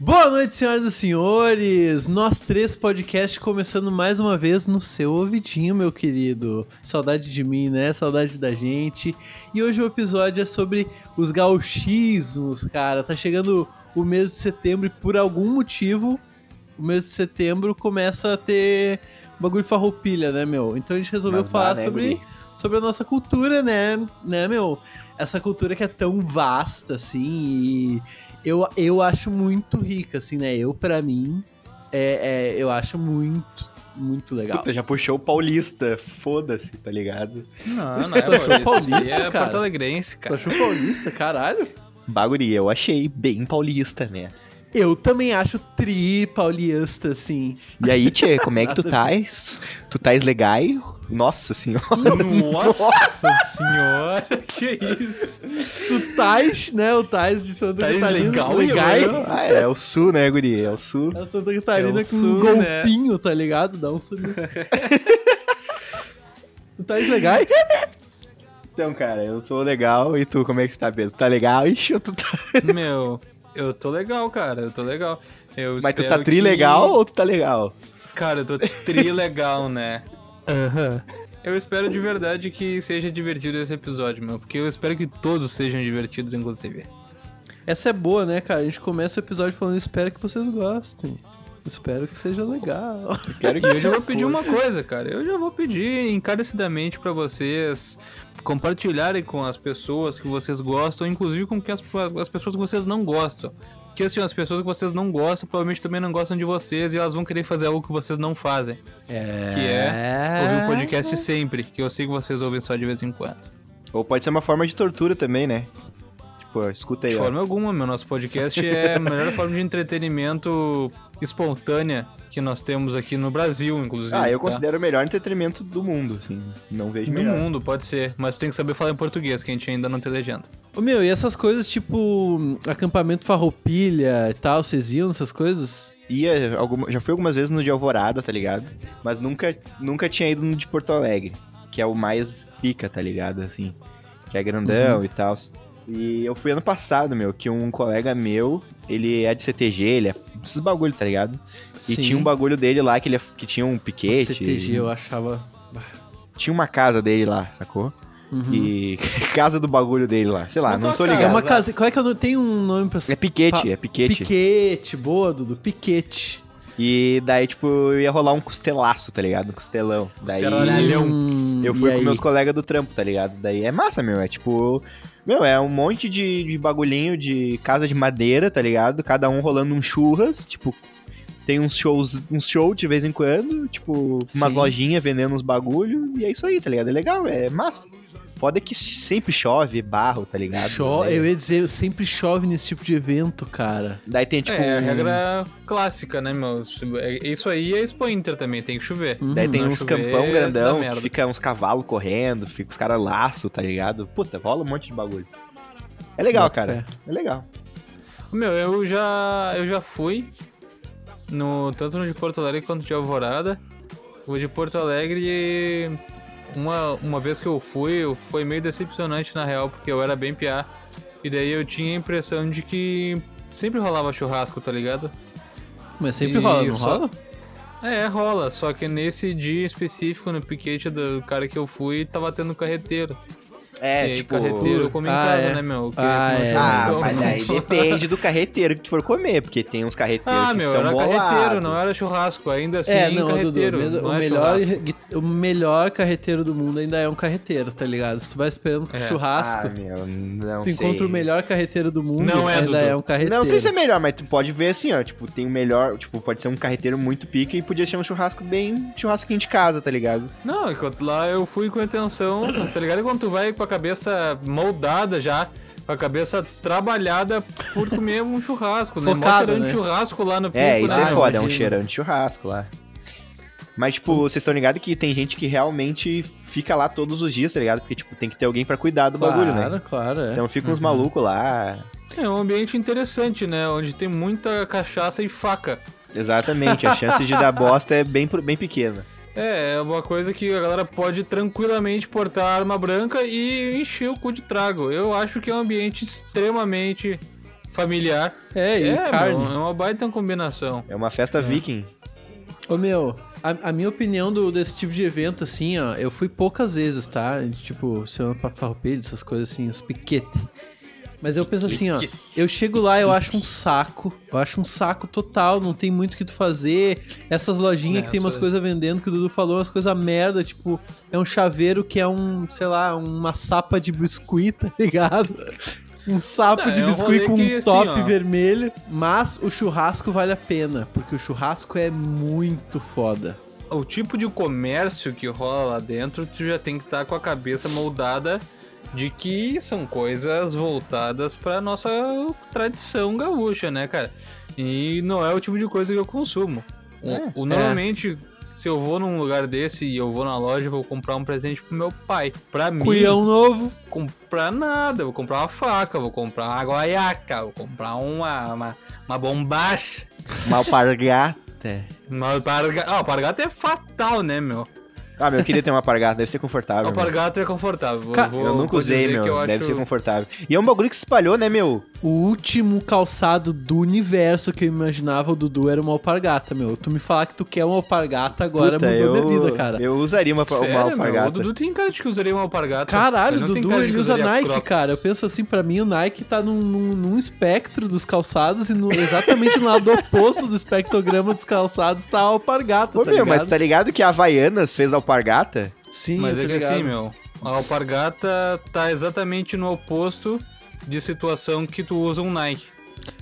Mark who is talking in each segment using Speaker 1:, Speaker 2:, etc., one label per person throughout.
Speaker 1: Boa noite, senhoras e senhores! Nós três podcast começando mais uma vez no seu ouvidinho, meu querido. Saudade de mim, né? Saudade da gente. E hoje o episódio é sobre os gauchismos, cara. Tá chegando o mês de setembro e por algum motivo o mês de setembro começa a ter bagulho farroupilha, né, meu? Então a gente resolveu
Speaker 2: Mas dá,
Speaker 1: falar
Speaker 2: né,
Speaker 1: sobre
Speaker 2: guri?
Speaker 1: sobre a nossa cultura, né? Né, meu? Essa cultura que é tão vasta, assim, e eu, eu acho muito rica, assim, né? Eu, pra mim, é, é- eu acho muito, muito legal.
Speaker 2: Puta, já puxou o paulista. Foda-se, tá ligado?
Speaker 3: Não, não é
Speaker 1: Tu achou
Speaker 3: paulista.
Speaker 1: paulista,
Speaker 3: é
Speaker 1: cara?
Speaker 3: Porto Alegrense,
Speaker 1: Tu
Speaker 3: cara.
Speaker 1: achou paulista, caralho?
Speaker 2: Baguri, eu achei bem paulista, né?
Speaker 1: Eu também acho tri paulista, assim.
Speaker 2: E aí, Tchê, como é que tu tais? Tu tais legal? Nossa senhora.
Speaker 3: Nossa senhora, que isso?
Speaker 1: Tu Tais, né? O Tais de Santa
Speaker 3: Tais
Speaker 1: Catarina.
Speaker 3: legal,
Speaker 1: legal.
Speaker 3: meu.
Speaker 2: Ah, é, o sul, né, guri? É o sul.
Speaker 1: A Santa Catarina
Speaker 3: É um
Speaker 1: com um
Speaker 3: sul, né?
Speaker 1: golfinho, tá ligado? Dá um sumiço. tu Tais legal?
Speaker 2: Então, cara, eu sou legal e tu, como é que tu tá mesmo? Tá legal? Ixi, tu tá...
Speaker 3: Meu, eu tô legal, cara. Eu tô legal. Eu
Speaker 2: Mas tu
Speaker 3: espero
Speaker 2: tá tri
Speaker 3: que-
Speaker 2: legal ou tu tá legal?
Speaker 3: Cara, eu tô tri legal, né? Eu espero de verdade que seja divertido esse episódio, meu. Porque eu espero que todos sejam divertidos, inclusive.
Speaker 1: Essa é boa, né, cara? A gente começa o episódio falando, espero que vocês gostem. Espero que seja legal.
Speaker 2: Quero que
Speaker 3: E eu já vou pedir uma coisa, cara. Eu já vou pedir encarecidamente pra vocês compartilharem com as pessoas que vocês gostam, inclusive com que as, as pessoas que vocês não gostam. Que assim, as pessoas que vocês não gostam provavelmente também não gostam de vocês e elas vão querer fazer algo que vocês não fazem.
Speaker 1: É.
Speaker 3: Que é ouvir o podcast sempre, que eu sei que vocês ouvem só de vez em quando.
Speaker 2: Ou pode ser uma forma de tortura também, né? Tipo, ó, escuta aí,
Speaker 3: De
Speaker 2: ó.
Speaker 3: forma alguma, meu nosso podcast é a melhor forma de entretenimento espontânea que nós temos aqui no Brasil, inclusive.
Speaker 2: Ah, eu
Speaker 3: tá?
Speaker 2: considero o melhor entretenimento do mundo, assim. Não vejo
Speaker 3: Do
Speaker 2: melhor.
Speaker 3: mundo, pode ser. Mas tem que saber falar em português, que a gente ainda não tem legenda.
Speaker 1: Ô, meu, e essas coisas tipo acampamento farroupilha e tal, vocês iam nessas coisas?
Speaker 2: Ia, alguma- já fui algumas vezes no de Alvorada, tá ligado? Mas nunca, nunca tinha ido no de Porto Alegre, que é o mais pica, tá ligado? Assim, que é
Speaker 1: Uhum.
Speaker 2: grandão e tal. E eu fui ano passado, meu, que um colega meu, ele é de CTG, ele é esses bagulho, tá ligado? E tinha um bagulho dele lá que ele é- que tinha um piquete.
Speaker 1: CTG, eu achava.
Speaker 2: Tinha uma casa dele lá, sacou?
Speaker 1: Uhum.
Speaker 2: E casa do bagulho dele lá, sei lá, não
Speaker 3: Não tô
Speaker 2: tô
Speaker 3: a
Speaker 1: É
Speaker 2: ligado.
Speaker 1: uma casa. Qual é que eu não tenho um nome pra
Speaker 2: É piquete,
Speaker 1: Pa-
Speaker 2: é piquete.
Speaker 1: Piquete, boa, Dudu. Piquete.
Speaker 2: E daí, tipo, ia rolar um costelaço, tá ligado? Um costelão. Daí.
Speaker 3: Caralhão.
Speaker 1: Hum,
Speaker 2: Eu
Speaker 1: e
Speaker 2: fui com
Speaker 1: aí?
Speaker 2: meus colegas do trampo, tá ligado? Daí é massa, meu. É tipo. Meu, é um monte de, de bagulhinho de casa de madeira, tá ligado? Cada um rolando um churras. Tipo, tem uns shows, um show de vez em quando. Tipo, umas
Speaker 1: Sim.
Speaker 2: lojinhas vendendo uns bagulho. E é isso aí, tá ligado? É legal, é massa. Foda é que sempre chove barro, tá ligado?
Speaker 1: Cho-
Speaker 3: né?
Speaker 2: Daí-
Speaker 1: Eu ia dizer, sempre chove nesse tipo de evento, cara.
Speaker 2: Daí tem, tipo.
Speaker 3: é, a regra clássica, né, meu? É- Isso aí é Expo Inter também, tem que chover.
Speaker 1: Uhum.
Speaker 2: Daí tem
Speaker 3: Não
Speaker 2: uns
Speaker 3: chover,
Speaker 2: campão
Speaker 3: dá
Speaker 2: grandão,
Speaker 3: merda.
Speaker 2: que fica uns cavalos correndo, fica os caras laço, tá ligado? Puta, rola um monte de bagulho. É legal,
Speaker 1: Boto
Speaker 2: cara. É legal.
Speaker 3: Meu, eu já, eu já fui, no, tanto no de Porto Alegre quanto de Alvorada. O de Porto Alegre, uma, uma vez que eu fui, eu- foi meio decepcionante na real, porque eu era bem piá. E daí eu tinha a impressão de que sempre rolava churrasco, tá ligado?
Speaker 1: Mas sempre
Speaker 3: E
Speaker 1: rola, não
Speaker 3: só-
Speaker 1: rola?
Speaker 3: É, rola, só que nesse dia específico, no piquete do cara que eu fui, tava tendo carreteiro.
Speaker 2: É,
Speaker 3: e aí,
Speaker 2: tipo...
Speaker 3: carreteiro eu comi em
Speaker 1: Ah,
Speaker 3: casa,
Speaker 1: é.
Speaker 3: né, meu? Que
Speaker 1: Ah,
Speaker 3: não
Speaker 1: é.
Speaker 2: Ah,
Speaker 3: churrascão.
Speaker 2: mas aí depende do carreteiro que tu for comer, porque tem uns carreteiros
Speaker 3: Ah,
Speaker 2: que
Speaker 3: meu,
Speaker 2: são
Speaker 3: era
Speaker 2: bolados.
Speaker 3: carreteiro, não é era churrasco, ainda assim,
Speaker 1: é, não,
Speaker 3: carreteiro.
Speaker 1: Dudu, mesmo-
Speaker 3: não
Speaker 1: o,
Speaker 3: é
Speaker 1: melhor,
Speaker 3: churrasco.
Speaker 1: gui- o melhor carreteiro do mundo ainda é um carreteiro, tá ligado? Se tu vai esperando pro
Speaker 3: É.
Speaker 1: churrasco,
Speaker 2: Ah, meu, não
Speaker 1: tu
Speaker 2: sei.
Speaker 1: encontra o melhor carreteiro do mundo,
Speaker 3: Não é,
Speaker 1: ainda
Speaker 3: Dudu.
Speaker 1: é um carreteiro.
Speaker 2: Não sei se é melhor, mas tu pode ver assim, ó, tipo, tem o melhor, tipo, pode ser um carreteiro muito pica e podia ser um churrasco bem churrasquinho de casa, tá ligado?
Speaker 3: Não, enquanto lá eu fui com a intenção, tá ligado? E Quando tu vai com a cabeça moldada já, com a cabeça trabalhada por comer um churrasco, né? Mó
Speaker 1: Focado,
Speaker 3: cheirando
Speaker 1: né?
Speaker 3: churrasco lá no pico,
Speaker 2: É, isso
Speaker 3: né?
Speaker 2: é
Speaker 3: meu?
Speaker 2: foda, é um
Speaker 1: imagino.
Speaker 2: cheirão de churrasco lá. Mas, tipo, vocês estão ligados que tem gente que realmente fica lá todos os dias, tá ligado? Porque, tipo, tem que ter alguém pra cuidar do
Speaker 1: claro,
Speaker 2: bagulho, né?
Speaker 1: Claro, é.
Speaker 2: Então fica uns malucos lá.
Speaker 3: É um ambiente interessante, né? Onde tem muita cachaça e faca.
Speaker 2: Exatamente, a chance de dar bosta é bem, pro- bem pequena.
Speaker 3: É, é uma coisa que a galera pode tranquilamente portar a arma branca e encher o cu de trago. Eu acho que é um ambiente extremamente familiar.
Speaker 1: É, e
Speaker 3: é,
Speaker 1: carne.
Speaker 3: meu, é uma baita combinação.
Speaker 2: É uma festa viking.
Speaker 1: Ô meu, a, a minha opinião do- desse tipo de evento, assim, ó, eu fui poucas vezes, tá? Tipo, semana pra farroupilha, essas coisas assim, os piquetes. Mas eu penso assim, ó, eu chego lá, eu acho um saco, eu acho um saco total, não tem muito o que tu fazer. Essas lojinhas
Speaker 3: É,
Speaker 1: que tem umas
Speaker 3: isso aí.
Speaker 1: coisas vendendo que o Dudu falou, umas coisas merda, tipo, é um chaveiro que é um, sei lá, uma sapa de biscuit, tá ligado? Um sapo
Speaker 3: Não,
Speaker 1: de
Speaker 3: é um
Speaker 1: biscuit
Speaker 3: rolê
Speaker 1: com um
Speaker 3: que, assim,
Speaker 1: top
Speaker 3: ó.
Speaker 1: vermelho. Mas o churrasco vale a pena, porque o churrasco é muito foda.
Speaker 3: O tipo de comércio que rola lá dentro, tu já tem que estar com a cabeça moldada de que são coisas voltadas pra nossa tradição gaúcha, né, cara? E não é o tipo de coisa que eu consumo. O- o- normalmente, se eu vou num lugar desse e eu vou na loja, eu vou comprar um presente pro meu pai. Pra mim,
Speaker 1: Cuião novo.
Speaker 3: comprar nada, vou comprar uma faca, vou comprar uma guaiaca, vou comprar uma, uma, uma bombacha.
Speaker 2: Uma alpargata.
Speaker 3: Uma alparga... Ah, alpargata é fatal, né, meu?
Speaker 2: Ah, meu, eu queria ter uma alpargata, deve ser confortável. meu.
Speaker 3: Alpargata é confortável. Vou-
Speaker 1: Ca-
Speaker 3: vou-
Speaker 2: Eu nunca
Speaker 3: vou
Speaker 2: usei,
Speaker 3: dizer
Speaker 2: meu.
Speaker 3: que eu
Speaker 2: Deve
Speaker 3: acho-
Speaker 2: ser confortável. E é um bagulho que se espalhou, né, meu?
Speaker 1: O último calçado do universo que eu imaginava o Dudu era uma alpargata, meu. Tu me falar que tu quer uma alpargata agora
Speaker 2: Puta,
Speaker 1: mudou
Speaker 2: eu,
Speaker 1: minha vida, cara.
Speaker 2: Eu usaria uma, uma
Speaker 3: Sério, meu, o
Speaker 2: alpargata.
Speaker 3: Dudu tem cara de que usaria uma alpargata.
Speaker 1: Caralho,
Speaker 3: Mas
Speaker 1: o
Speaker 3: não tem
Speaker 1: Dudu
Speaker 3: cara de
Speaker 1: ele
Speaker 3: que
Speaker 1: usa
Speaker 3: usaria
Speaker 1: Nike,
Speaker 3: Crocs.
Speaker 1: cara. Eu penso assim, pra mim o Nike tá num, num- num espectro dos calçados e no- exatamente no lado oposto do espectrograma dos calçados tá a alpargata,
Speaker 2: Pô,
Speaker 1: tá
Speaker 2: meu,
Speaker 1: ligado?
Speaker 2: mas tá ligado que a Havaianas fez alpargata?
Speaker 1: Sim,
Speaker 3: Mas
Speaker 1: eu
Speaker 3: é
Speaker 1: tô
Speaker 3: que
Speaker 1: tá ligado.
Speaker 3: assim, meu, a alpargata tá exatamente no oposto de situação que tu usa um Nike.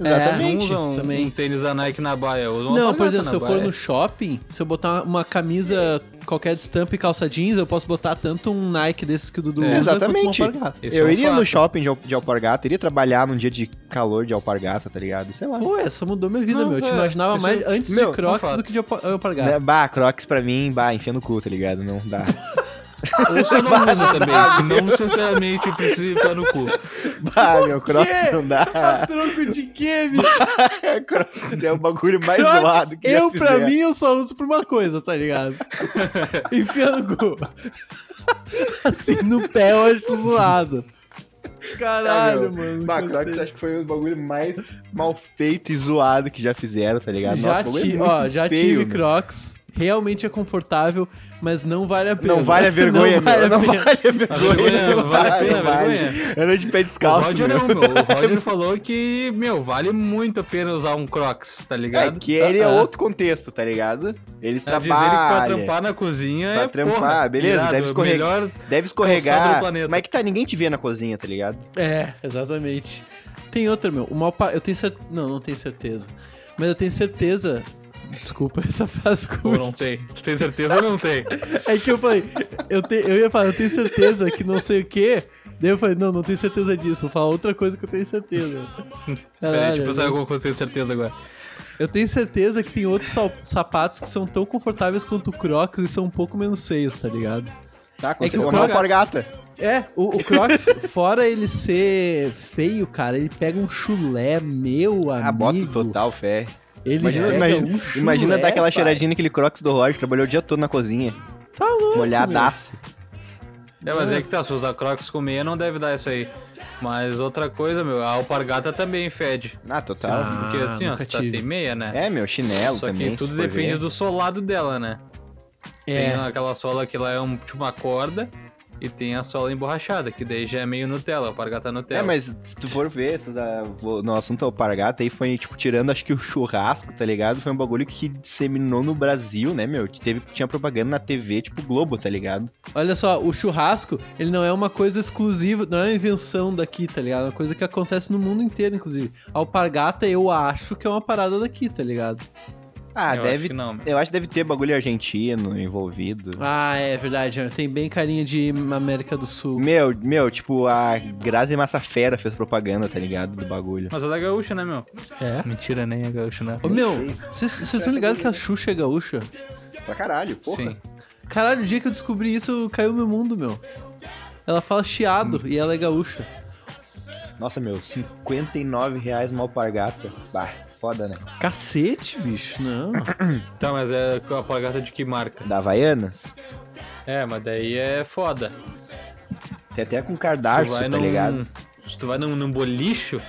Speaker 1: É,
Speaker 3: não usa um,
Speaker 1: também.
Speaker 3: um tênis da Nike na baia, usa uma
Speaker 1: Não, por
Speaker 3: alpargata é-
Speaker 1: exemplo,
Speaker 3: na
Speaker 1: se eu for
Speaker 3: baia.
Speaker 1: no shopping, se eu botar uma camisa qualquer de estampa e calça jeans, eu posso botar tanto um Nike desses que o Dudu
Speaker 3: É.
Speaker 1: usa
Speaker 2: Exatamente.
Speaker 1: quanto uma alpargata.
Speaker 3: Esse
Speaker 2: eu
Speaker 3: é um
Speaker 2: iria
Speaker 3: fato.
Speaker 2: no shopping de, al- de alpargata, iria trabalhar num dia de calor de alpargata, tá ligado? Sei lá.
Speaker 1: Pô, essa mudou minha vida,
Speaker 3: Não,
Speaker 1: meu. Eu te
Speaker 3: é.
Speaker 1: imaginava
Speaker 3: Isso
Speaker 1: mais
Speaker 3: é-
Speaker 1: antes
Speaker 2: Meu,
Speaker 1: de Crocs
Speaker 3: fato.
Speaker 1: do que de alpa- alpargata.
Speaker 2: Né? Bah, Crocs pra mim, bah, enfia no cu, tá ligado? Não dá.
Speaker 3: Ou você não usa também, não sinceramente precisa enfiar no cu.
Speaker 2: bah,
Speaker 1: Ah,
Speaker 2: meu, Crocs não dá.
Speaker 1: A Ah, troco de quê, bicho?
Speaker 2: Crocs é o bagulho mais
Speaker 1: Crocs,
Speaker 2: zoado que já
Speaker 1: eu, pra
Speaker 2: fizeram.
Speaker 1: mim, eu só uso pra uma coisa, tá ligado? Enfia no cu. assim, no pé eu acho zoado. Caralho,
Speaker 2: Ah, meu.
Speaker 1: mano.
Speaker 2: Bah,
Speaker 1: que eu
Speaker 2: Crocs
Speaker 1: sei.
Speaker 2: acho que foi o bagulho mais mal feito e zoado que já fizeram, tá ligado?
Speaker 1: já
Speaker 2: Nossa, o bagulho é
Speaker 1: ti-
Speaker 2: muito
Speaker 1: ó, já
Speaker 2: feio,
Speaker 1: tive
Speaker 2: meu.
Speaker 1: Crocs. Realmente é confortável, mas não vale a pena.
Speaker 2: Não vale a vergonha,
Speaker 1: não vale
Speaker 2: meu.
Speaker 1: a
Speaker 2: Não
Speaker 1: pena.
Speaker 2: vale a vergonha.
Speaker 3: vergonha,
Speaker 2: não
Speaker 3: vale a pena a
Speaker 2: não vale.
Speaker 3: vergonha. um,
Speaker 2: Anda de pé
Speaker 3: O
Speaker 2: descalço,
Speaker 3: Roger
Speaker 2: meu.
Speaker 3: não, meu. O Roger falou que, meu, vale muito a pena usar um Crocs, tá
Speaker 2: É
Speaker 3: ligado?
Speaker 2: que ele é
Speaker 1: Ah, ah.
Speaker 2: outro contexto, tá ligado? Ele
Speaker 3: Tá dizendo que pra
Speaker 2: trabalha.
Speaker 3: trampar na cozinha
Speaker 2: Pra
Speaker 3: é
Speaker 2: trampar,
Speaker 3: porra,
Speaker 2: beleza,
Speaker 3: irado,
Speaker 2: deve
Speaker 3: é o
Speaker 2: escorregar.
Speaker 3: melhor
Speaker 2: Deve
Speaker 3: Calçado do
Speaker 2: escorregar.
Speaker 3: planeta.
Speaker 2: Mas é que tá, ninguém te vê na cozinha, tá ligado?
Speaker 1: É, exatamente. Tem outra, meu. Uma alpa... Eu tenho certeza. Não, não tenho certeza. Mas eu tenho certeza. Desculpa essa frase
Speaker 3: Ou
Speaker 1: curta.
Speaker 3: não tem? Você tem certeza ou não tem?
Speaker 1: É que eu falei, eu, te- eu ia falar, eu tenho certeza que não sei o quê. Daí eu falei, não, não tenho certeza disso. Vou falar outra coisa que eu tenho certeza.
Speaker 3: Peraí,
Speaker 1: Caralho,
Speaker 3: deixa eu pensar em alguma coisa que eu tenho certeza agora.
Speaker 1: eu tenho certeza que tem outros sal- sapatos que são tão confortáveis quanto o Crocs e são um pouco menos feios, tá ligado?
Speaker 2: Tá, com
Speaker 1: É que o
Speaker 2: certeza. É uma
Speaker 1: Crocs-
Speaker 2: alpargata.
Speaker 1: É, o, o Crocs, fora ele ser feio, cara, ele pega um chulé, meu
Speaker 2: Ah, bota
Speaker 1: amigo.
Speaker 2: total, fé.
Speaker 1: Ele
Speaker 2: Imagina,
Speaker 3: É,
Speaker 1: pega
Speaker 2: imagina,
Speaker 1: um chulé,
Speaker 2: imagina dar aquela
Speaker 1: pai.
Speaker 2: cheiradinha naquele Crocs do Roger, trabalhou o dia todo na cozinha.
Speaker 1: Tá louco,
Speaker 2: Molhadaço.
Speaker 3: É, mas é que tá, se usar Crocs com meia não deve dar isso aí. Mas outra coisa, meu, a alpargata também fede.
Speaker 2: Ah, total.
Speaker 1: Ah,
Speaker 3: Porque assim, ó,
Speaker 1: nunca
Speaker 3: você tá
Speaker 1: tive.
Speaker 3: sem meia, né?
Speaker 2: É, meu, chinelo
Speaker 3: Só
Speaker 2: também.
Speaker 3: que tudo
Speaker 2: se for
Speaker 3: depende
Speaker 2: ver.
Speaker 3: do solado dela, né?
Speaker 1: meu. É,
Speaker 3: Tem aquela sola que lá é um, tipo uma corda e tem a sola emborrachada, que daí já é meio Nutella, alpargata Nutella.
Speaker 2: É, mas se tu for ver, essas, ah, vou- no assunto alpargata aí foi, tipo, tirando acho que o churrasco, tá ligado? Foi um bagulho que disseminou no Brasil, né, meu? Teve, tinha propaganda na TV, tipo Globo, tá ligado?
Speaker 1: Olha só, o churrasco, ele não é uma coisa exclusiva, não é uma invenção daqui, tá ligado? É uma coisa que acontece no mundo inteiro, inclusive. A alpargata, eu acho que é uma parada daqui, tá ligado?
Speaker 2: Ah,
Speaker 3: Eu
Speaker 2: deve.
Speaker 3: acho que não, meu.
Speaker 2: Eu acho que deve ter bagulho argentino envolvido.
Speaker 1: Ah, é verdade, ó, tem bem carinha de América do Sul.
Speaker 2: Meu, meu, tipo, a Grazi Massafera fez propaganda, tá ligado? Do bagulho.
Speaker 3: Mas ela é gaúcha, né, meu?
Speaker 1: É?
Speaker 3: Mentira, nem é gaúcha, né?
Speaker 1: Ô, meu, vocês estão ligados que a Xuxa é gaúcha?
Speaker 2: Pra caralho, porra.
Speaker 3: Sim.
Speaker 1: Caralho, o dia que eu descobri isso, caiu meu mundo, meu. Ela fala chiado e ela é gaúcha.
Speaker 2: Nossa, meu, R$ 59 reais uma alpargata. Bah, foda, né?
Speaker 1: Cacete, bicho, não.
Speaker 3: Tá, mas é a alpargata de que marca?
Speaker 2: Da Havaianas.
Speaker 3: É, mas daí é foda. Tu
Speaker 2: Tem até com cardápio, tá ligado?
Speaker 3: Se tu vai num, num bolicho,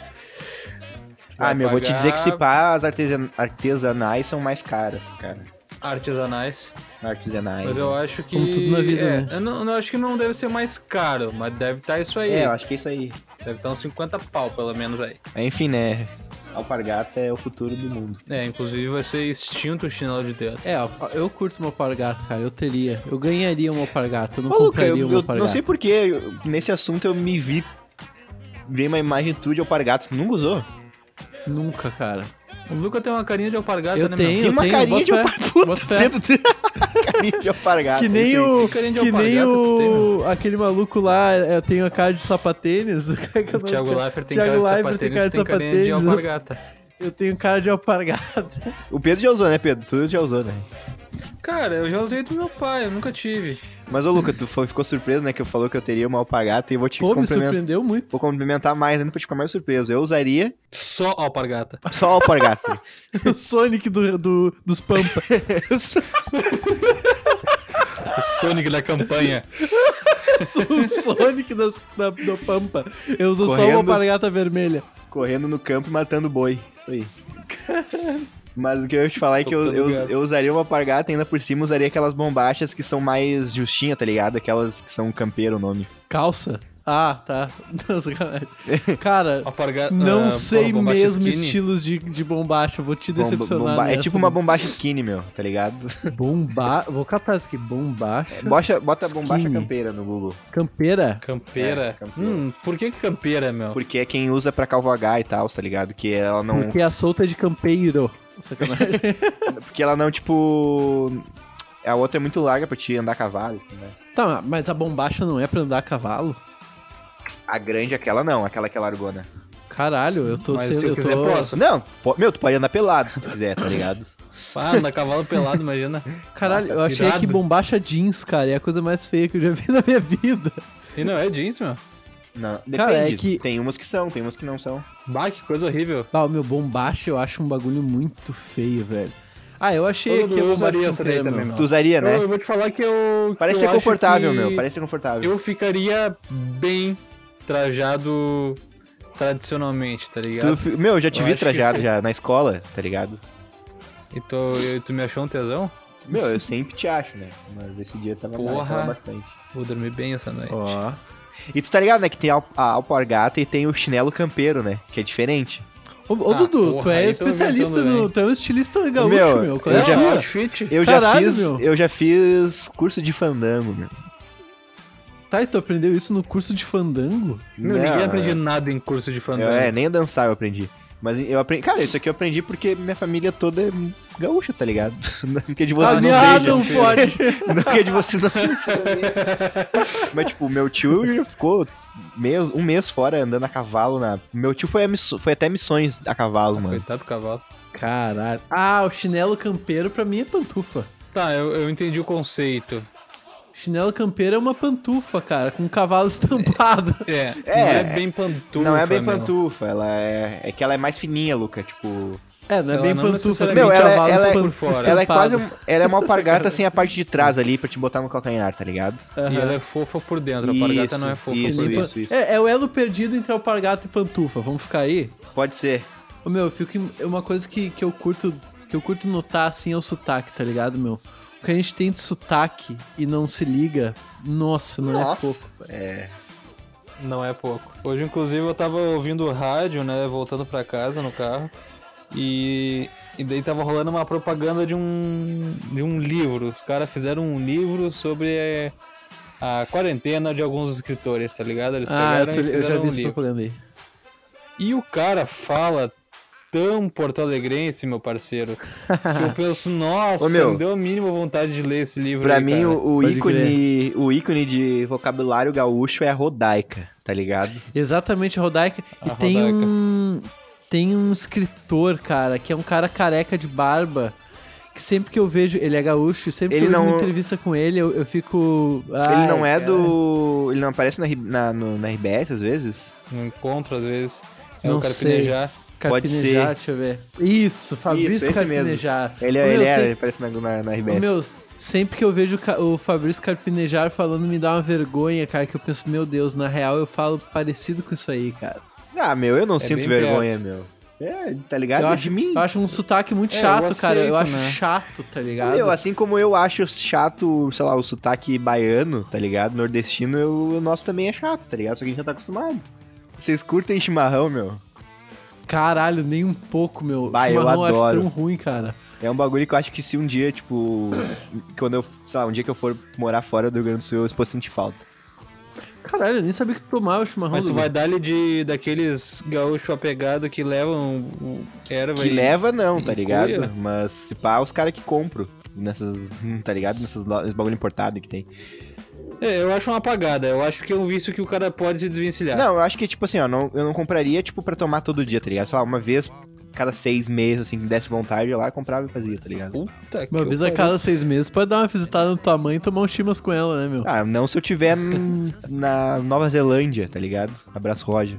Speaker 2: Ah,
Speaker 3: Vai
Speaker 2: meu, vou te dizer que se
Speaker 3: pagar-
Speaker 2: pá, as artesan- artesanais são mais caras, cara.
Speaker 3: artesanais.
Speaker 2: Artesanais.
Speaker 3: Mas eu acho que.
Speaker 1: Como tudo na vida,
Speaker 3: é,
Speaker 1: né?
Speaker 3: Eu não, não acho que não deve ser mais caro, mas deve estar isso aí.
Speaker 2: É, eu acho que é isso aí.
Speaker 3: Deve estar uns 50 pau, pelo menos aí.
Speaker 2: Enfim, né? Alpargata é o futuro do mundo.
Speaker 3: É, inclusive vai ser extinto o chinelo de teto.
Speaker 1: É, ó, eu curto uma alpargata, cara. Eu teria. Eu ganharia uma alpargata. Eu não
Speaker 2: Ô, Luca,
Speaker 1: compraria
Speaker 2: eu,
Speaker 1: uma
Speaker 2: eu
Speaker 1: alpargata.
Speaker 2: não sei porquê, eu- nesse assunto eu me vi ver uma imagem tua de alpargata. Tu nunca usou?
Speaker 1: Nunca, cara.
Speaker 3: O Luca tem uma carinha de alpargata,
Speaker 1: Eu
Speaker 3: né,
Speaker 1: tenho,
Speaker 3: meu?
Speaker 2: Tem
Speaker 1: eu
Speaker 2: uma
Speaker 1: tenho.
Speaker 2: carinha
Speaker 1: boto
Speaker 2: de um
Speaker 1: fé,
Speaker 2: alpargata. Puta,
Speaker 1: boto fé.
Speaker 2: dedo dele. carinha de alpargata.
Speaker 1: Que nem
Speaker 2: esse aí.
Speaker 1: o.
Speaker 3: Que carinha de
Speaker 1: Que nem
Speaker 3: alpargata tu tem,
Speaker 1: o.
Speaker 3: né?
Speaker 1: Aquele maluco lá é, tem a cara de sapatênis.
Speaker 3: O Thiago Leifert tem
Speaker 1: Thiago
Speaker 3: cara
Speaker 1: Leifert
Speaker 3: de sapatênis, tem, carinha de
Speaker 1: sapatênis.
Speaker 3: alpargata.
Speaker 1: Eu tenho cara de alpargata.
Speaker 2: O Pedro já usou, né, Pedro? Tu já usou, né?
Speaker 3: Cara, eu já usei do meu pai, eu nunca tive.
Speaker 2: Mas, ô, Luca, tu foi- ficou surpreso, né, que eu falou que eu teria uma alpargata e eu vou te
Speaker 1: Pô, me
Speaker 2: complementar.
Speaker 1: surpreendeu muito.
Speaker 2: Vou complementar mais ainda pra te ficar mais surpreso. Eu usaria
Speaker 3: Só alpargata.
Speaker 2: só alpargata.
Speaker 1: O Sonic do, do- dos Pampa.
Speaker 3: O Sonic da campanha.
Speaker 1: o Sonic das, da, do Pampa. Eu uso só
Speaker 2: Correndo.
Speaker 1: uma alpargata vermelha.
Speaker 2: correndo no campo e matando boi. Isso aí. Mas o que eu ia te falar é que eu, eu, eu usaria uma alpargata e ainda por cima usaria aquelas bombachas que são mais justinha, tá ligado? Aquelas que são campeiro o nome.
Speaker 1: Calça? Ah, tá. Não, sacanagem. Cara,
Speaker 3: Alpargata.
Speaker 1: não
Speaker 3: ah,
Speaker 1: sei
Speaker 3: porra, bombacha
Speaker 1: mesmo
Speaker 3: skinny.
Speaker 1: estilos de, de bombacha. Vou te decepcionar.
Speaker 2: Bomba- é
Speaker 1: nessa, né?
Speaker 2: tipo uma
Speaker 1: mano.
Speaker 2: bombacha skinny, meu, tá ligado?
Speaker 1: bomba. Vou catar isso aqui. Bombacha.
Speaker 2: Bocha, bota bombacha
Speaker 1: Skinny.
Speaker 2: campeira no Google.
Speaker 1: Campeira?
Speaker 3: Campeira.
Speaker 2: É, campeira.
Speaker 3: Hum, por que que campeira, meu?
Speaker 2: Porque é quem usa pra calvagar e tal, tá ligado? Que ela não.
Speaker 1: Porque a solta é de campeiro. Sacanagem.
Speaker 2: Porque ela não, tipo. A outra é muito larga pra te andar a cavalo, né?
Speaker 1: tá, mas a bombacha não é pra andar a cavalo?
Speaker 2: A grande, aquela não, aquela que é largona.
Speaker 1: Caralho, eu tô
Speaker 3: Mas
Speaker 1: sendo.
Speaker 3: se eu quiser,
Speaker 1: tô...
Speaker 3: posso.
Speaker 2: Não, po- meu, tu pode andar pelado se tu quiser, tá ligado?
Speaker 3: Ah, anda cavalo pelado, imagina.
Speaker 1: Caralho, eu achei
Speaker 3: irado.
Speaker 1: que bombacha jeans, cara, é a coisa mais feia que eu já vi na minha vida.
Speaker 3: E não, é jeans, meu.
Speaker 2: Não, depende.
Speaker 1: Cara, é que-
Speaker 2: Tem umas que são, tem umas que não são.
Speaker 3: Bah, que coisa horrível.
Speaker 1: Ah, o meu bombacha eu acho um bagulho muito feio, velho. Ah, eu achei
Speaker 3: Todo
Speaker 1: que a
Speaker 3: eu
Speaker 1: bombacha
Speaker 3: usaria essa daí
Speaker 1: campeira,
Speaker 3: também,
Speaker 1: meu.
Speaker 3: meu.
Speaker 2: Tu usaria, né?
Speaker 3: Eu, eu vou te falar que eu. que
Speaker 2: Parece
Speaker 3: eu
Speaker 2: ser
Speaker 3: acho
Speaker 2: confortável,
Speaker 3: que
Speaker 2: meu. Parece ser confortável.
Speaker 3: Eu ficaria bem trajado tradicionalmente, tá ligado?
Speaker 2: Tu fi- Meu, eu já te
Speaker 3: Eu
Speaker 2: vi
Speaker 3: acho que
Speaker 2: trajado
Speaker 3: sim.
Speaker 2: já na escola, tá ligado?
Speaker 3: E tu, e tu me achou um tesão?
Speaker 2: Meu, eu sempre te acho, né? Mas esse dia tava
Speaker 3: Porra.
Speaker 2: tava bastante.
Speaker 3: Vou dormir bem essa noite.
Speaker 1: Ó.
Speaker 2: E tu tá ligado, né? Que tem a al- a alpargata e tem o chinelo campeiro, né? Que é diferente.
Speaker 1: Ô, ô,
Speaker 3: Ah,
Speaker 1: Dudu, tu
Speaker 3: porra,
Speaker 1: é
Speaker 3: aí tô
Speaker 1: especialista
Speaker 3: inventando,
Speaker 1: no.
Speaker 3: velho.
Speaker 1: Tu é um estilista gaúcho, meu.
Speaker 2: Meu,
Speaker 1: Qual é
Speaker 2: eu
Speaker 1: a
Speaker 2: já
Speaker 1: tua?
Speaker 3: outfit.
Speaker 2: Eu
Speaker 1: Caralho,
Speaker 2: já fiz.
Speaker 1: meu.
Speaker 2: Eu já fiz curso de fandango, meu.
Speaker 1: Tá, e tu aprendeu isso no curso de fandango?
Speaker 3: Meu, ninguém
Speaker 2: Não, é.
Speaker 3: aprende nada em curso de
Speaker 2: eu-
Speaker 3: fandango.
Speaker 2: eu- É, nem dançar eu aprendi. Mas eu aprendi. Cara, isso aqui eu aprendi porque minha família toda é gaúcha, tá ligado? Não Porque de vocês
Speaker 1: ah,
Speaker 2: não
Speaker 1: viado,
Speaker 2: seja.
Speaker 1: não pode.
Speaker 2: Não que de vocês não seja. Mas, tipo, meu tio já ficou mês, um mês fora andando a cavalo na. Meu tio foi, a misso- foi até missões a cavalo, mano.
Speaker 3: Coitado do cavalo.
Speaker 1: Caralho. Ah, o chinelo campeiro pra mim é pantufa.
Speaker 3: Tá, eu, eu entendi o conceito.
Speaker 1: Chinelo campeiro é uma pantufa, cara, com um cavalo estampado.
Speaker 3: É,
Speaker 2: É,
Speaker 3: não é bem pantufa.
Speaker 2: não é bem
Speaker 3: meu.
Speaker 2: pantufa, ela é. É que ela é mais fininha, Luca. Tipo.
Speaker 1: É, não é
Speaker 3: Ela
Speaker 1: bem
Speaker 3: não
Speaker 1: pantufa,
Speaker 3: necessariamente-
Speaker 1: tem
Speaker 2: Meu, ela-
Speaker 1: cavalo
Speaker 2: ela é-
Speaker 1: espan-
Speaker 3: fora.
Speaker 2: Ela é quase.
Speaker 1: estampado.
Speaker 2: um- ela é uma alpargata sem a parte de trás ali pra te botar no calcanhar, tá ligado?
Speaker 3: E
Speaker 1: Aham.
Speaker 3: ela é fofa por dentro. A alpargata
Speaker 2: Isso,
Speaker 3: não é fofa
Speaker 2: isso,
Speaker 3: por
Speaker 1: Tem
Speaker 3: dentro.
Speaker 1: pan-
Speaker 2: isso.
Speaker 1: É, é o elo perdido entre alpargata e pantufa. Vamos ficar aí?
Speaker 2: Pode ser.
Speaker 1: Ô, meu, eu fico em- uma coisa que, que eu curto que eu curto notar assim é o sotaque, tá ligado, meu? O que a gente tem de sotaque e não se liga, nossa, não
Speaker 2: Nossa.
Speaker 1: é pouco. velho.
Speaker 3: Não é pouco. Hoje, inclusive, eu tava ouvindo o rádio, né? Voltando pra casa no carro. E, e daí tava rolando uma propaganda de um, de um livro. Os caras fizeram um livro sobre eh, a quarentena de alguns escritores, tá ligado? Eles
Speaker 1: Ah, eu,
Speaker 3: pegaram
Speaker 1: tô-
Speaker 3: e
Speaker 1: eu
Speaker 3: fizeram
Speaker 1: já vi
Speaker 3: um
Speaker 1: essa
Speaker 3: livro.
Speaker 1: propaganda aí.
Speaker 3: E o cara fala tão porto-alegrense, meu parceiro, que eu penso, nossa,
Speaker 2: Ô, meu.
Speaker 3: me deu a mínima vontade de ler esse livro.
Speaker 2: Pra
Speaker 3: aí,
Speaker 2: mim,
Speaker 3: cara.
Speaker 2: o, o
Speaker 1: Pode
Speaker 2: ícone, o ícone de vocabulário gaúcho é a rodaica, tá ligado?
Speaker 1: Exatamente, Rodaica. E
Speaker 3: A
Speaker 1: tem
Speaker 3: Rodaica.
Speaker 1: um. Tem um escritor, cara, que é um cara careca de barba. Que sempre que eu vejo. Ele é gaúcho, sempre
Speaker 2: Ele
Speaker 1: que eu vejo
Speaker 2: não-
Speaker 1: uma entrevista com ele, eu, eu fico.
Speaker 2: ele
Speaker 1: "Ai,
Speaker 2: não é
Speaker 1: cara,
Speaker 2: do. Ele não aparece na, R- na, no- na RBS às vezes?
Speaker 3: Não um encontro, às vezes. É
Speaker 1: Não
Speaker 3: o
Speaker 1: sei.
Speaker 3: carpinejar.
Speaker 2: Pode
Speaker 1: Carpinejar,
Speaker 2: ser.
Speaker 1: deixa eu ver. Isso, Fabrício
Speaker 2: esse mesmo.
Speaker 1: Carpinejar.
Speaker 2: Ele,
Speaker 1: Ô,
Speaker 2: é-
Speaker 1: meu,
Speaker 2: ele é,
Speaker 1: sempre-
Speaker 2: ele aparece na, na, na
Speaker 1: ô,
Speaker 2: RBS.
Speaker 1: meu, sempre que eu vejo o Ca- o Fabrício Carpinejar falando, me dá uma vergonha, cara, que eu penso, meu Deus, na real eu falo parecido com isso aí, cara.
Speaker 2: Ah, meu, eu não sinto
Speaker 3: bem
Speaker 2: vergonha, meu. É, tá ligado?
Speaker 1: É eu,
Speaker 2: É
Speaker 1: acho,
Speaker 2: de mim.
Speaker 1: eu acho um sotaque muito
Speaker 3: É, eu
Speaker 1: chato, cara. Eu
Speaker 3: aceito,
Speaker 1: acho
Speaker 3: né?
Speaker 1: chato, tá ligado?
Speaker 2: Meu, assim como eu acho chato, sei lá, o sotaque baiano, tá ligado? Nordestino, eu- o nosso também é chato, tá ligado? Só que a gente já tá acostumado. Vocês curtem chimarrão, meu?
Speaker 1: Caralho, nem um pouco, meu.
Speaker 2: Bah, eu
Speaker 1: Chimarrão
Speaker 2: adoro.
Speaker 1: acho tão ruim, cara.
Speaker 2: É um bagulho que eu acho que se um dia, tipo, quando eu, sei lá, um dia que eu for morar fora do Rio Grande do Sul, eu posso sentir falta.
Speaker 1: Caralho, eu nem sabia que tu tomava chimarrão.
Speaker 3: Mas tu
Speaker 1: Dudu.
Speaker 3: vai dar ali de, daqueles gaúcho apegado que levam o- erva
Speaker 2: Que
Speaker 3: e-
Speaker 2: leva não,
Speaker 3: e
Speaker 2: tá ligado?
Speaker 3: cuia.
Speaker 2: Mas se pá, os caras que compram nessas, tá ligado? Nessas lo- esses bagulho importado que tem.
Speaker 3: É, eu acho uma apagada. Eu acho que é um vício que o cara pode se desvencilhar.
Speaker 2: Não, eu acho que, tipo assim, ó, não, eu não compraria, tipo, pra tomar todo dia, tá ligado? Sei lá, uma vez cada seis meses, assim, que desse vontade, eu lá comprava e fazia, tá ligado?
Speaker 3: Puta que
Speaker 1: Uma vez a
Speaker 3: pariu.
Speaker 1: cada seis meses pode dar uma visitada na tua mãe e tomar um chimas com ela, né, meu?
Speaker 2: Ah, não se eu tiver n- na Nova Zelândia, tá ligado? Abraço, Roger.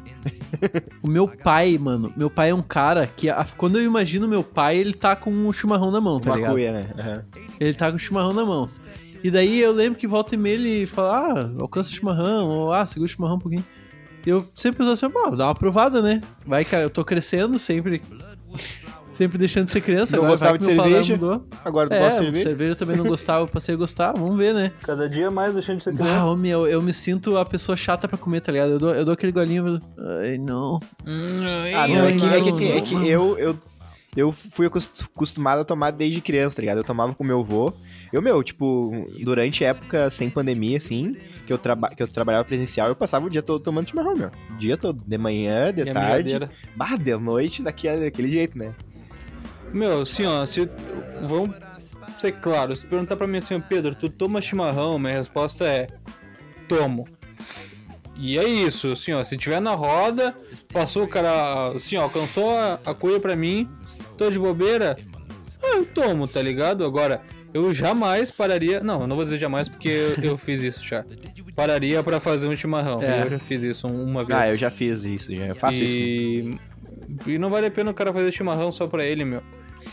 Speaker 1: O meu pai, mano, meu pai é um cara que. a- quando eu imagino meu pai, ele tá com um chimarrão na mão, tá
Speaker 2: Uma
Speaker 1: ligado?
Speaker 2: cuia, né? Aham.
Speaker 1: Ele tá com o chimarrão na mão. E daí eu lembro que volta e meia ele fala, ah, alcança o chimarrão, ou ah, segura o chimarrão um pouquinho. Eu sempre penso assim, pô, dá uma provada, né? Vai que eu tô crescendo, sempre. Sempre deixando de ser criança,
Speaker 2: Não
Speaker 1: agora vai
Speaker 2: gostava
Speaker 1: que
Speaker 2: de
Speaker 1: meu paladar
Speaker 2: cerveja?
Speaker 1: mudou.
Speaker 2: Agora tu
Speaker 1: É,
Speaker 2: gosta de
Speaker 1: cerveja?
Speaker 2: cerveja?
Speaker 1: cerveja eu também não gostava, eu passei a gostar, vamos ver, né?
Speaker 3: Cada dia mais deixando de ser
Speaker 1: Bah, homem, eu, eu me sinto a pessoa chata pra comer, tá ligado? Eu dou, eu dou aquele golinho, ai, não.
Speaker 2: Ah, não, é que, é que, assim, é que
Speaker 1: Mano.
Speaker 2: eu, eu, eu fui acos- acostumado a tomar desde criança, tá ligado? Eu tomava com meu avô. Eu, meu, tipo, durante a época sem pandemia, assim, que eu, traba que eu trabalhava presencial, eu passava o dia todo tomando chimarrão, meu. O dia todo. De manhã, de tarde. Bah, de noite, daquele, daquele jeito, né?
Speaker 3: Meu, assim, ó, se. Vamos ser claro, se tu perguntar pra mim assim, ó, Pedro, tu toma chimarrão? Minha resposta é: tomo. E é isso, assim, ó, se tiver na roda, passou o cara, assim, ó, alcançou a, a cuia pra mim, tô de bobeira, ah, eu tomo, tá ligado? Agora, eu jamais pararia. Não, eu não vou dizer jamais porque eu, eu fiz isso já. Pararia pra fazer um chimarrão.
Speaker 1: É.
Speaker 3: Eu já fiz isso um, uma vez.
Speaker 2: Ah, eu já fiz isso, já faço isso. né?
Speaker 3: e... E não vale a pena o cara fazer chimarrão só pra ele, meu.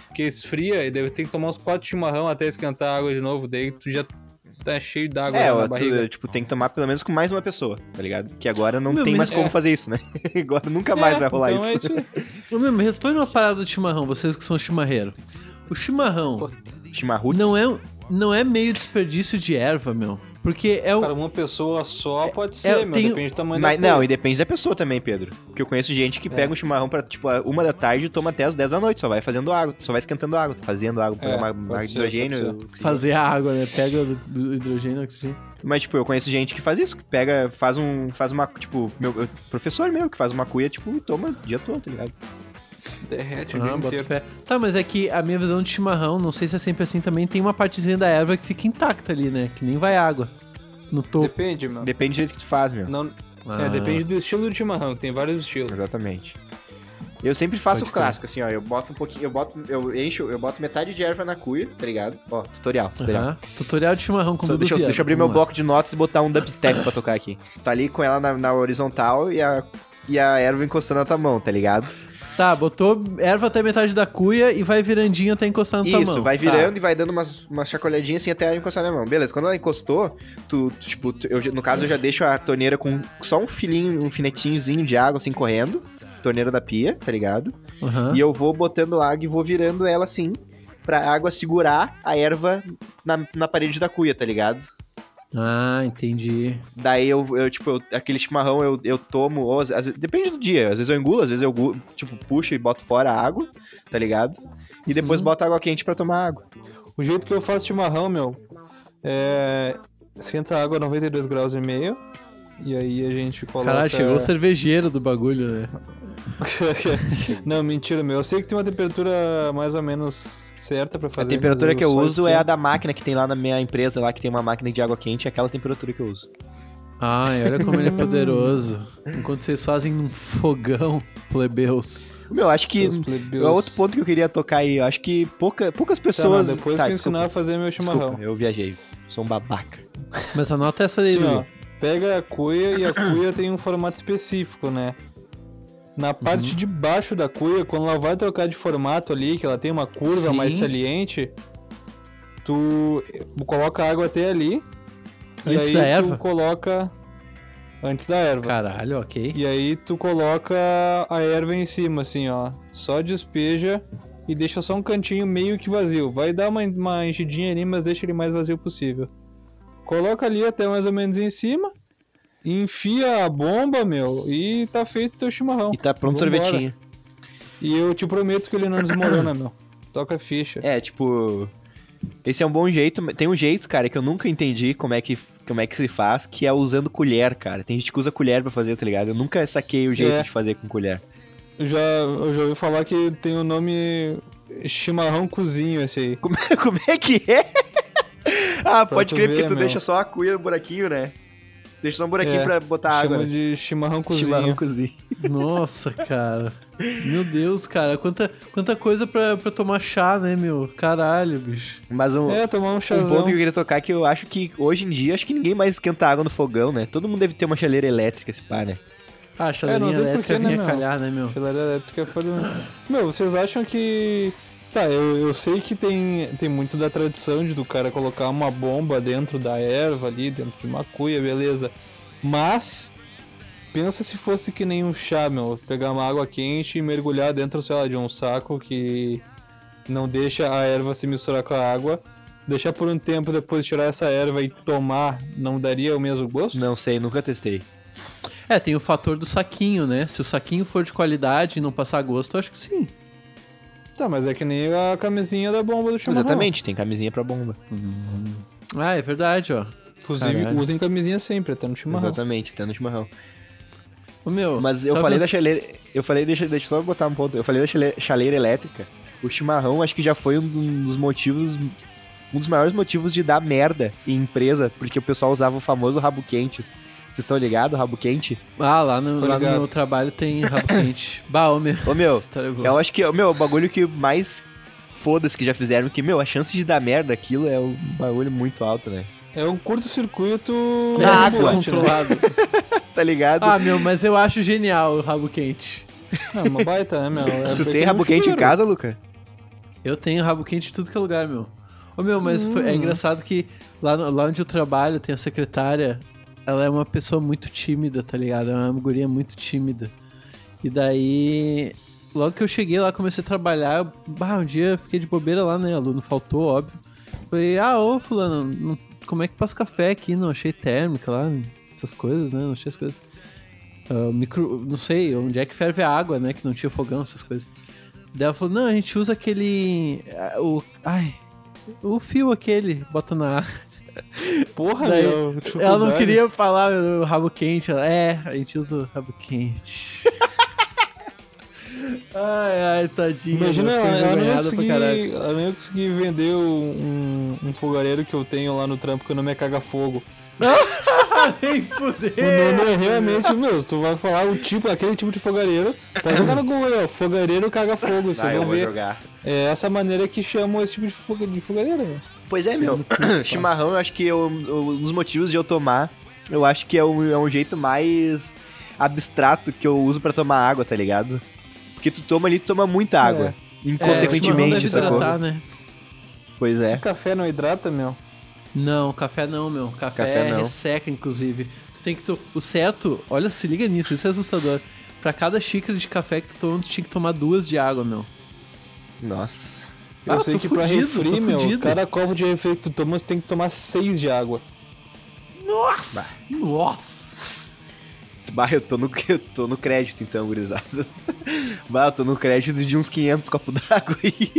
Speaker 3: Porque esfria e deve ter que tomar uns quatro chimarrão até esquentar a água de novo. Daí tu já tá cheio d'água
Speaker 2: É,
Speaker 3: na
Speaker 2: ó,
Speaker 3: barriga.
Speaker 2: tu, tipo, tem que tomar pelo menos com mais uma pessoa, tá ligado? Que agora não
Speaker 1: Meu,
Speaker 2: tem
Speaker 1: mas-
Speaker 2: mais como
Speaker 3: é.
Speaker 2: fazer isso, né? Agora nunca mais
Speaker 3: É,
Speaker 2: vai rolar
Speaker 3: então é
Speaker 2: isso.
Speaker 3: aí.
Speaker 1: Ô, meu, me responde uma parada do chimarrão, vocês que são chimarreiro. O chimarrão
Speaker 2: Chimarruts.
Speaker 1: não é, um- não é meio desperdício de erva, meu. Porque é um.
Speaker 3: Para uma pessoa só pode ser, meu.
Speaker 1: tenho-
Speaker 3: Depende do tamanho
Speaker 2: Mas, é
Speaker 3: da
Speaker 2: não,
Speaker 3: coisa.
Speaker 2: e depende da pessoa também, Pedro. Porque eu conheço gente que pega um chimarrão pra, tipo, a uma da tarde e toma até as 10 da noite. Só vai fazendo água, só vai esquentando água, fazendo água,
Speaker 3: É,
Speaker 2: pegar uma,
Speaker 3: pode
Speaker 2: uma
Speaker 3: ser,
Speaker 2: hidrogênio.
Speaker 3: pode
Speaker 2: oxigênio.
Speaker 1: Fazer a água, né? Pega do- do hidrogênio, oxigênio.
Speaker 2: Mas, tipo, eu conheço gente que faz isso, que pega, faz um, faz uma, tipo, meu eu- professor meu, que faz uma cuia, tipo, e toma o dia todo, tá ligado?
Speaker 3: Derrete o
Speaker 1: Ah,
Speaker 3: dia
Speaker 1: bota
Speaker 3: inteiro.
Speaker 1: fé. Tá, mas é que a minha visão de chimarrão, não sei se é sempre assim também, tem uma partezinha da erva que fica intacta ali, né? Que nem vai água. No topo.
Speaker 3: Depende, meu.
Speaker 2: Depende do jeito que tu faz, meu.
Speaker 3: Não...
Speaker 1: Ah.
Speaker 3: É, depende do estilo do chimarrão, que tem vários estilos.
Speaker 2: Exatamente. Eu sempre faço
Speaker 1: Pode
Speaker 2: o clássico, assim, ó. Eu boto um pouquinho, eu boto, eu encho, eu boto metade de erva na cuia, tá ligado? Ó, tutorial, tutorial.
Speaker 1: Aham. Tutorial de chimarrão com
Speaker 2: Só
Speaker 1: Dudu
Speaker 2: deixa, eu-
Speaker 1: Vieira.
Speaker 2: deixa eu abrir meu
Speaker 1: Vamos lá.
Speaker 2: bloco de notas e botar um dubstep pra tocar aqui. Tá ali com ela na, na horizontal e a, e a erva encostando na tua mão, tá ligado?
Speaker 1: Tá, botou erva até metade da cuia e vai virandinho até encostar na tua mão.
Speaker 2: Isso, vai
Speaker 1: Tá.
Speaker 2: virando e vai dando umas, umas chacoalhadinhas assim até ela encostar na minha mão. Beleza, quando ela encostou, tu, tu, tipo, tu- eu, já- no caso eu já deixo a torneira com só um filinho, um finetinhozinho de água assim correndo. Torneira da pia, tá ligado?
Speaker 1: Aham.
Speaker 2: E eu vou botando água e vou virando ela assim, pra água segurar a erva na, na parede da cuia, tá ligado?
Speaker 1: Ah, entendi.
Speaker 2: Daí eu, eu, tipo, eu- aquele chimarrão eu, eu tomo, ou às- às- depende do dia, às vezes eu engulo, às vezes eu, gu- tipo, puxo e boto fora a água, tá ligado? E depois
Speaker 1: Hum.
Speaker 2: boto água quente pra tomar água.
Speaker 3: O jeito que eu faço chimarrão, meu, é. Esquenta a água a 92 graus e meio. E aí a gente coloca.
Speaker 1: Caralho, chegou o cervejeiro do bagulho, né?
Speaker 3: Não, mentira, meu. Eu sei que tem uma temperatura mais ou menos certa pra fazer.
Speaker 2: a temperatura que eu
Speaker 3: só
Speaker 2: uso é a
Speaker 3: esquenta.
Speaker 2: da máquina que tem lá na minha empresa, lá que tem uma máquina de água quente, é aquela temperatura que eu uso.
Speaker 1: Ai, olha como ele é poderoso. Enquanto vocês fazem um fogão, plebeus.
Speaker 2: Meu, acho que
Speaker 3: Seus plebeus.
Speaker 2: é outro ponto que eu queria tocar aí, eu acho que pouca, poucas
Speaker 3: Tá, não,
Speaker 2: pessoas...
Speaker 3: depois
Speaker 2: tá,
Speaker 3: que eu
Speaker 2: desculpa,
Speaker 3: ensinar a fazer meu chimarrão.
Speaker 2: desculpa, eu viajei, sou um babaca.
Speaker 1: Mas anota essa daí,
Speaker 3: Assim, ó,
Speaker 1: Dudu.
Speaker 3: pega a cuia e a cuia tem um formato específico, né? Na parte
Speaker 2: Uhum.
Speaker 3: de baixo da cuia, quando ela vai trocar de formato ali, que ela tem uma curva
Speaker 1: Sim.
Speaker 3: mais saliente, tu coloca a água até ali.
Speaker 1: Antes
Speaker 3: e aí
Speaker 1: da
Speaker 3: tu
Speaker 1: erva?
Speaker 3: coloca. antes da erva.
Speaker 1: Caralho, ok.
Speaker 3: E aí tu coloca a erva em cima, assim, ó. Só despeja e deixa só um cantinho meio que vazio. Vai dar uma, uma enchidinha ali, mas deixa ele mais vazio possível. Coloca ali até mais ou menos em cima. Enfia a bomba, meu, e tá feito teu chimarrão.
Speaker 2: E tá pronto o
Speaker 3: Vambora.
Speaker 2: sorvetinho.
Speaker 3: E eu te prometo que ele não desmorona, meu. Toca a ficha.
Speaker 2: É, tipo. Esse é um bom jeito. mas Tem um jeito, cara, que eu nunca entendi como é que, como é que se faz, que é usando colher, cara. Tem gente que usa colher pra fazer, tá ligado? Eu nunca saquei o jeito
Speaker 3: É.
Speaker 2: de fazer com colher.
Speaker 3: Eu já, eu já ouvi falar que tem o nome chimarrão cozinho esse aí.
Speaker 2: Como, é- como é que é? ah,
Speaker 3: Pra
Speaker 2: pode
Speaker 3: tu
Speaker 2: crer, porque
Speaker 3: ver,
Speaker 2: tu
Speaker 3: meu.
Speaker 2: deixa só a cuia no buraquinho, né? Deixa só um buraquinho
Speaker 3: É,
Speaker 2: pra botar
Speaker 3: Chama
Speaker 2: água. né?
Speaker 3: de chimarrão cozinho.
Speaker 2: Chimarrão cozinho.
Speaker 1: Nossa, cara. Meu Deus, cara. Quanta, quanta coisa pra, pra tomar chá, né, meu? Caralho, bicho.
Speaker 2: Mas um,
Speaker 3: É, tomar um
Speaker 2: um
Speaker 3: chazão.
Speaker 2: ponto que eu queria tocar é que eu acho que hoje em dia, acho que ninguém mais esquenta água no fogão, né? Todo mundo deve ter uma chaleira elétrica, esse pá, né?
Speaker 1: Ah,
Speaker 3: não
Speaker 1: chaleirinha
Speaker 3: sei
Speaker 1: elétrica
Speaker 3: porquê, né,
Speaker 1: vinha
Speaker 3: meu?
Speaker 1: calhar, né, meu?
Speaker 3: Filaria elétrica é foda. mesmo. Meu, vocês acham que. Tá, eu, eu sei que tem, tem muito da tradição de do cara colocar uma bomba dentro da erva ali, dentro de uma cuia, beleza. Mas. Pensa se fosse que nem um chá, meu. Pegar uma água quente e mergulhar dentro, sei lá, de um saco que não deixa a erva se misturar com a água. Deixar por um tempo depois tirar essa erva e tomar, não daria o mesmo gosto?
Speaker 2: Não sei, nunca testei.
Speaker 1: É, tem o fator do saquinho, né? Se o saquinho for de qualidade e não passar gosto, eu acho que sim.
Speaker 3: Tá, mas é que nem a camisinha da bomba do chimarrão.
Speaker 2: Exatamente, tem camisinha pra bomba.
Speaker 1: Ah, é verdade, ó.
Speaker 3: Inclusive,
Speaker 1: Caralho.
Speaker 3: usem camisinha sempre, até no chimarrão.
Speaker 2: Exatamente, tá no chimarrão.
Speaker 1: Ô, meu.
Speaker 2: Mas eu
Speaker 1: sabe
Speaker 2: falei
Speaker 1: os-
Speaker 2: da chaleira. Eu falei, deixa, deixa eu só botar um ponto. Eu falei da chale- chaleira elétrica. O chimarrão acho que já foi um dos motivos. Um dos maiores motivos de dar merda em empresa, porque o pessoal usava o famoso rabo quente. Vocês estão ligados, rabo quente?
Speaker 1: Ah, lá no,
Speaker 3: Tô
Speaker 1: lá no
Speaker 3: ligado.
Speaker 1: meu trabalho tem rabo quente. bah, ô, meu.
Speaker 2: Ô meu,
Speaker 1: Essa história é boa.
Speaker 2: eu acho que meu, o bagulho que mais foda-se que já fizeram, que, meu, a chance de dar merda aquilo é um bagulho muito alto, né?
Speaker 3: É um curto-circuito
Speaker 2: Na água.
Speaker 3: ambulante, né?
Speaker 1: controlado.
Speaker 2: Tá ligado?
Speaker 1: ah, meu, mas eu acho genial o rabo quente.
Speaker 3: Não, uma baita, né, meu? É
Speaker 2: tu tem
Speaker 3: pequeno
Speaker 2: rabo quente em
Speaker 3: chuveiro.
Speaker 2: casa, Luca?
Speaker 1: Eu tenho rabo quente em tudo que é lugar, meu. Ô, meu, mas foi- é engraçado que lá, no- lá onde eu trabalho tem a secretária. Ela é uma pessoa muito tímida, tá ligado? É uma guria muito tímida. E daí, logo que eu cheguei lá, comecei a trabalhar. eu- bah, um dia eu fiquei de bobeira lá, né? Aluno faltou, óbvio. Falei, ah, ô, Fulano, não- como é que passa o café aqui? Não achei térmica lá, essas coisas, né? Não achei as coisas. Ah, micro, não sei, onde é que ferve a água, né? Que não tinha fogão, essas coisas. Daí ela falou, não, a gente usa aquele. ah, O, ai, o fio aquele, bota na água.
Speaker 3: Porra,
Speaker 1: Daí-
Speaker 3: meu.
Speaker 1: Ela não
Speaker 3: dificuldade.
Speaker 1: queria falar o rabo quente. Ela, é, a gente usa o rabo quente. ai, ai, tadinha.
Speaker 3: Imagina,
Speaker 1: meu,
Speaker 3: ela,
Speaker 1: foi
Speaker 3: ela não ia
Speaker 1: envergonhada pra
Speaker 3: conseguir,
Speaker 1: caralho.
Speaker 3: ela não ia conseguir vender um, um fogareiro que eu tenho lá no trampo que o nome é Caga-Fogo.
Speaker 1: Ah, Nem
Speaker 3: O nome é
Speaker 1: fuder.
Speaker 3: realmente, meu, tu vai falar o tipo, aquele tipo de fogareiro. Pode jogar no Google, aí, ó, fogareiro Caga-Fogo, vocês vão ver.
Speaker 2: jogar.
Speaker 3: É essa maneira que chamam esse tipo de, foga, de fogareiro, meu.
Speaker 2: Pois é, meu. Chimarrão, eu acho que eu, eu- um dos motivos de eu tomar, eu acho que é um, é um jeito mais abstrato que eu uso pra tomar água, tá ligado? Porque tu toma ali, tu toma muita água.
Speaker 1: É. chimarrão deve
Speaker 2: Inconsequentemente, sacou?
Speaker 1: hidratar, né?
Speaker 2: Pois é.
Speaker 3: Café não hidrata, meu.
Speaker 1: Não, café não, meu. Café, é
Speaker 2: Café não.
Speaker 1: resseca, inclusive. Tu tem que. Tu, o certo, olha, se liga nisso, isso é assustador. Pra cada xícara de café que tu toma, tu tinha que tomar duas de água, meu.
Speaker 2: Nossa.
Speaker 3: Eu
Speaker 1: Ah,
Speaker 3: sei
Speaker 1: tô
Speaker 3: que pra
Speaker 1: fudido,
Speaker 3: refri,
Speaker 1: tô
Speaker 3: meu,
Speaker 1: fudido.
Speaker 3: cada copo de refri que tu toma, tu tem que tomar seis de água.
Speaker 1: Nossa! Nossa!
Speaker 2: Bah, eu tô no, eu tô no crédito então, gurizada. Bah, eu tô no crédito de uns 500 copos d'água aí.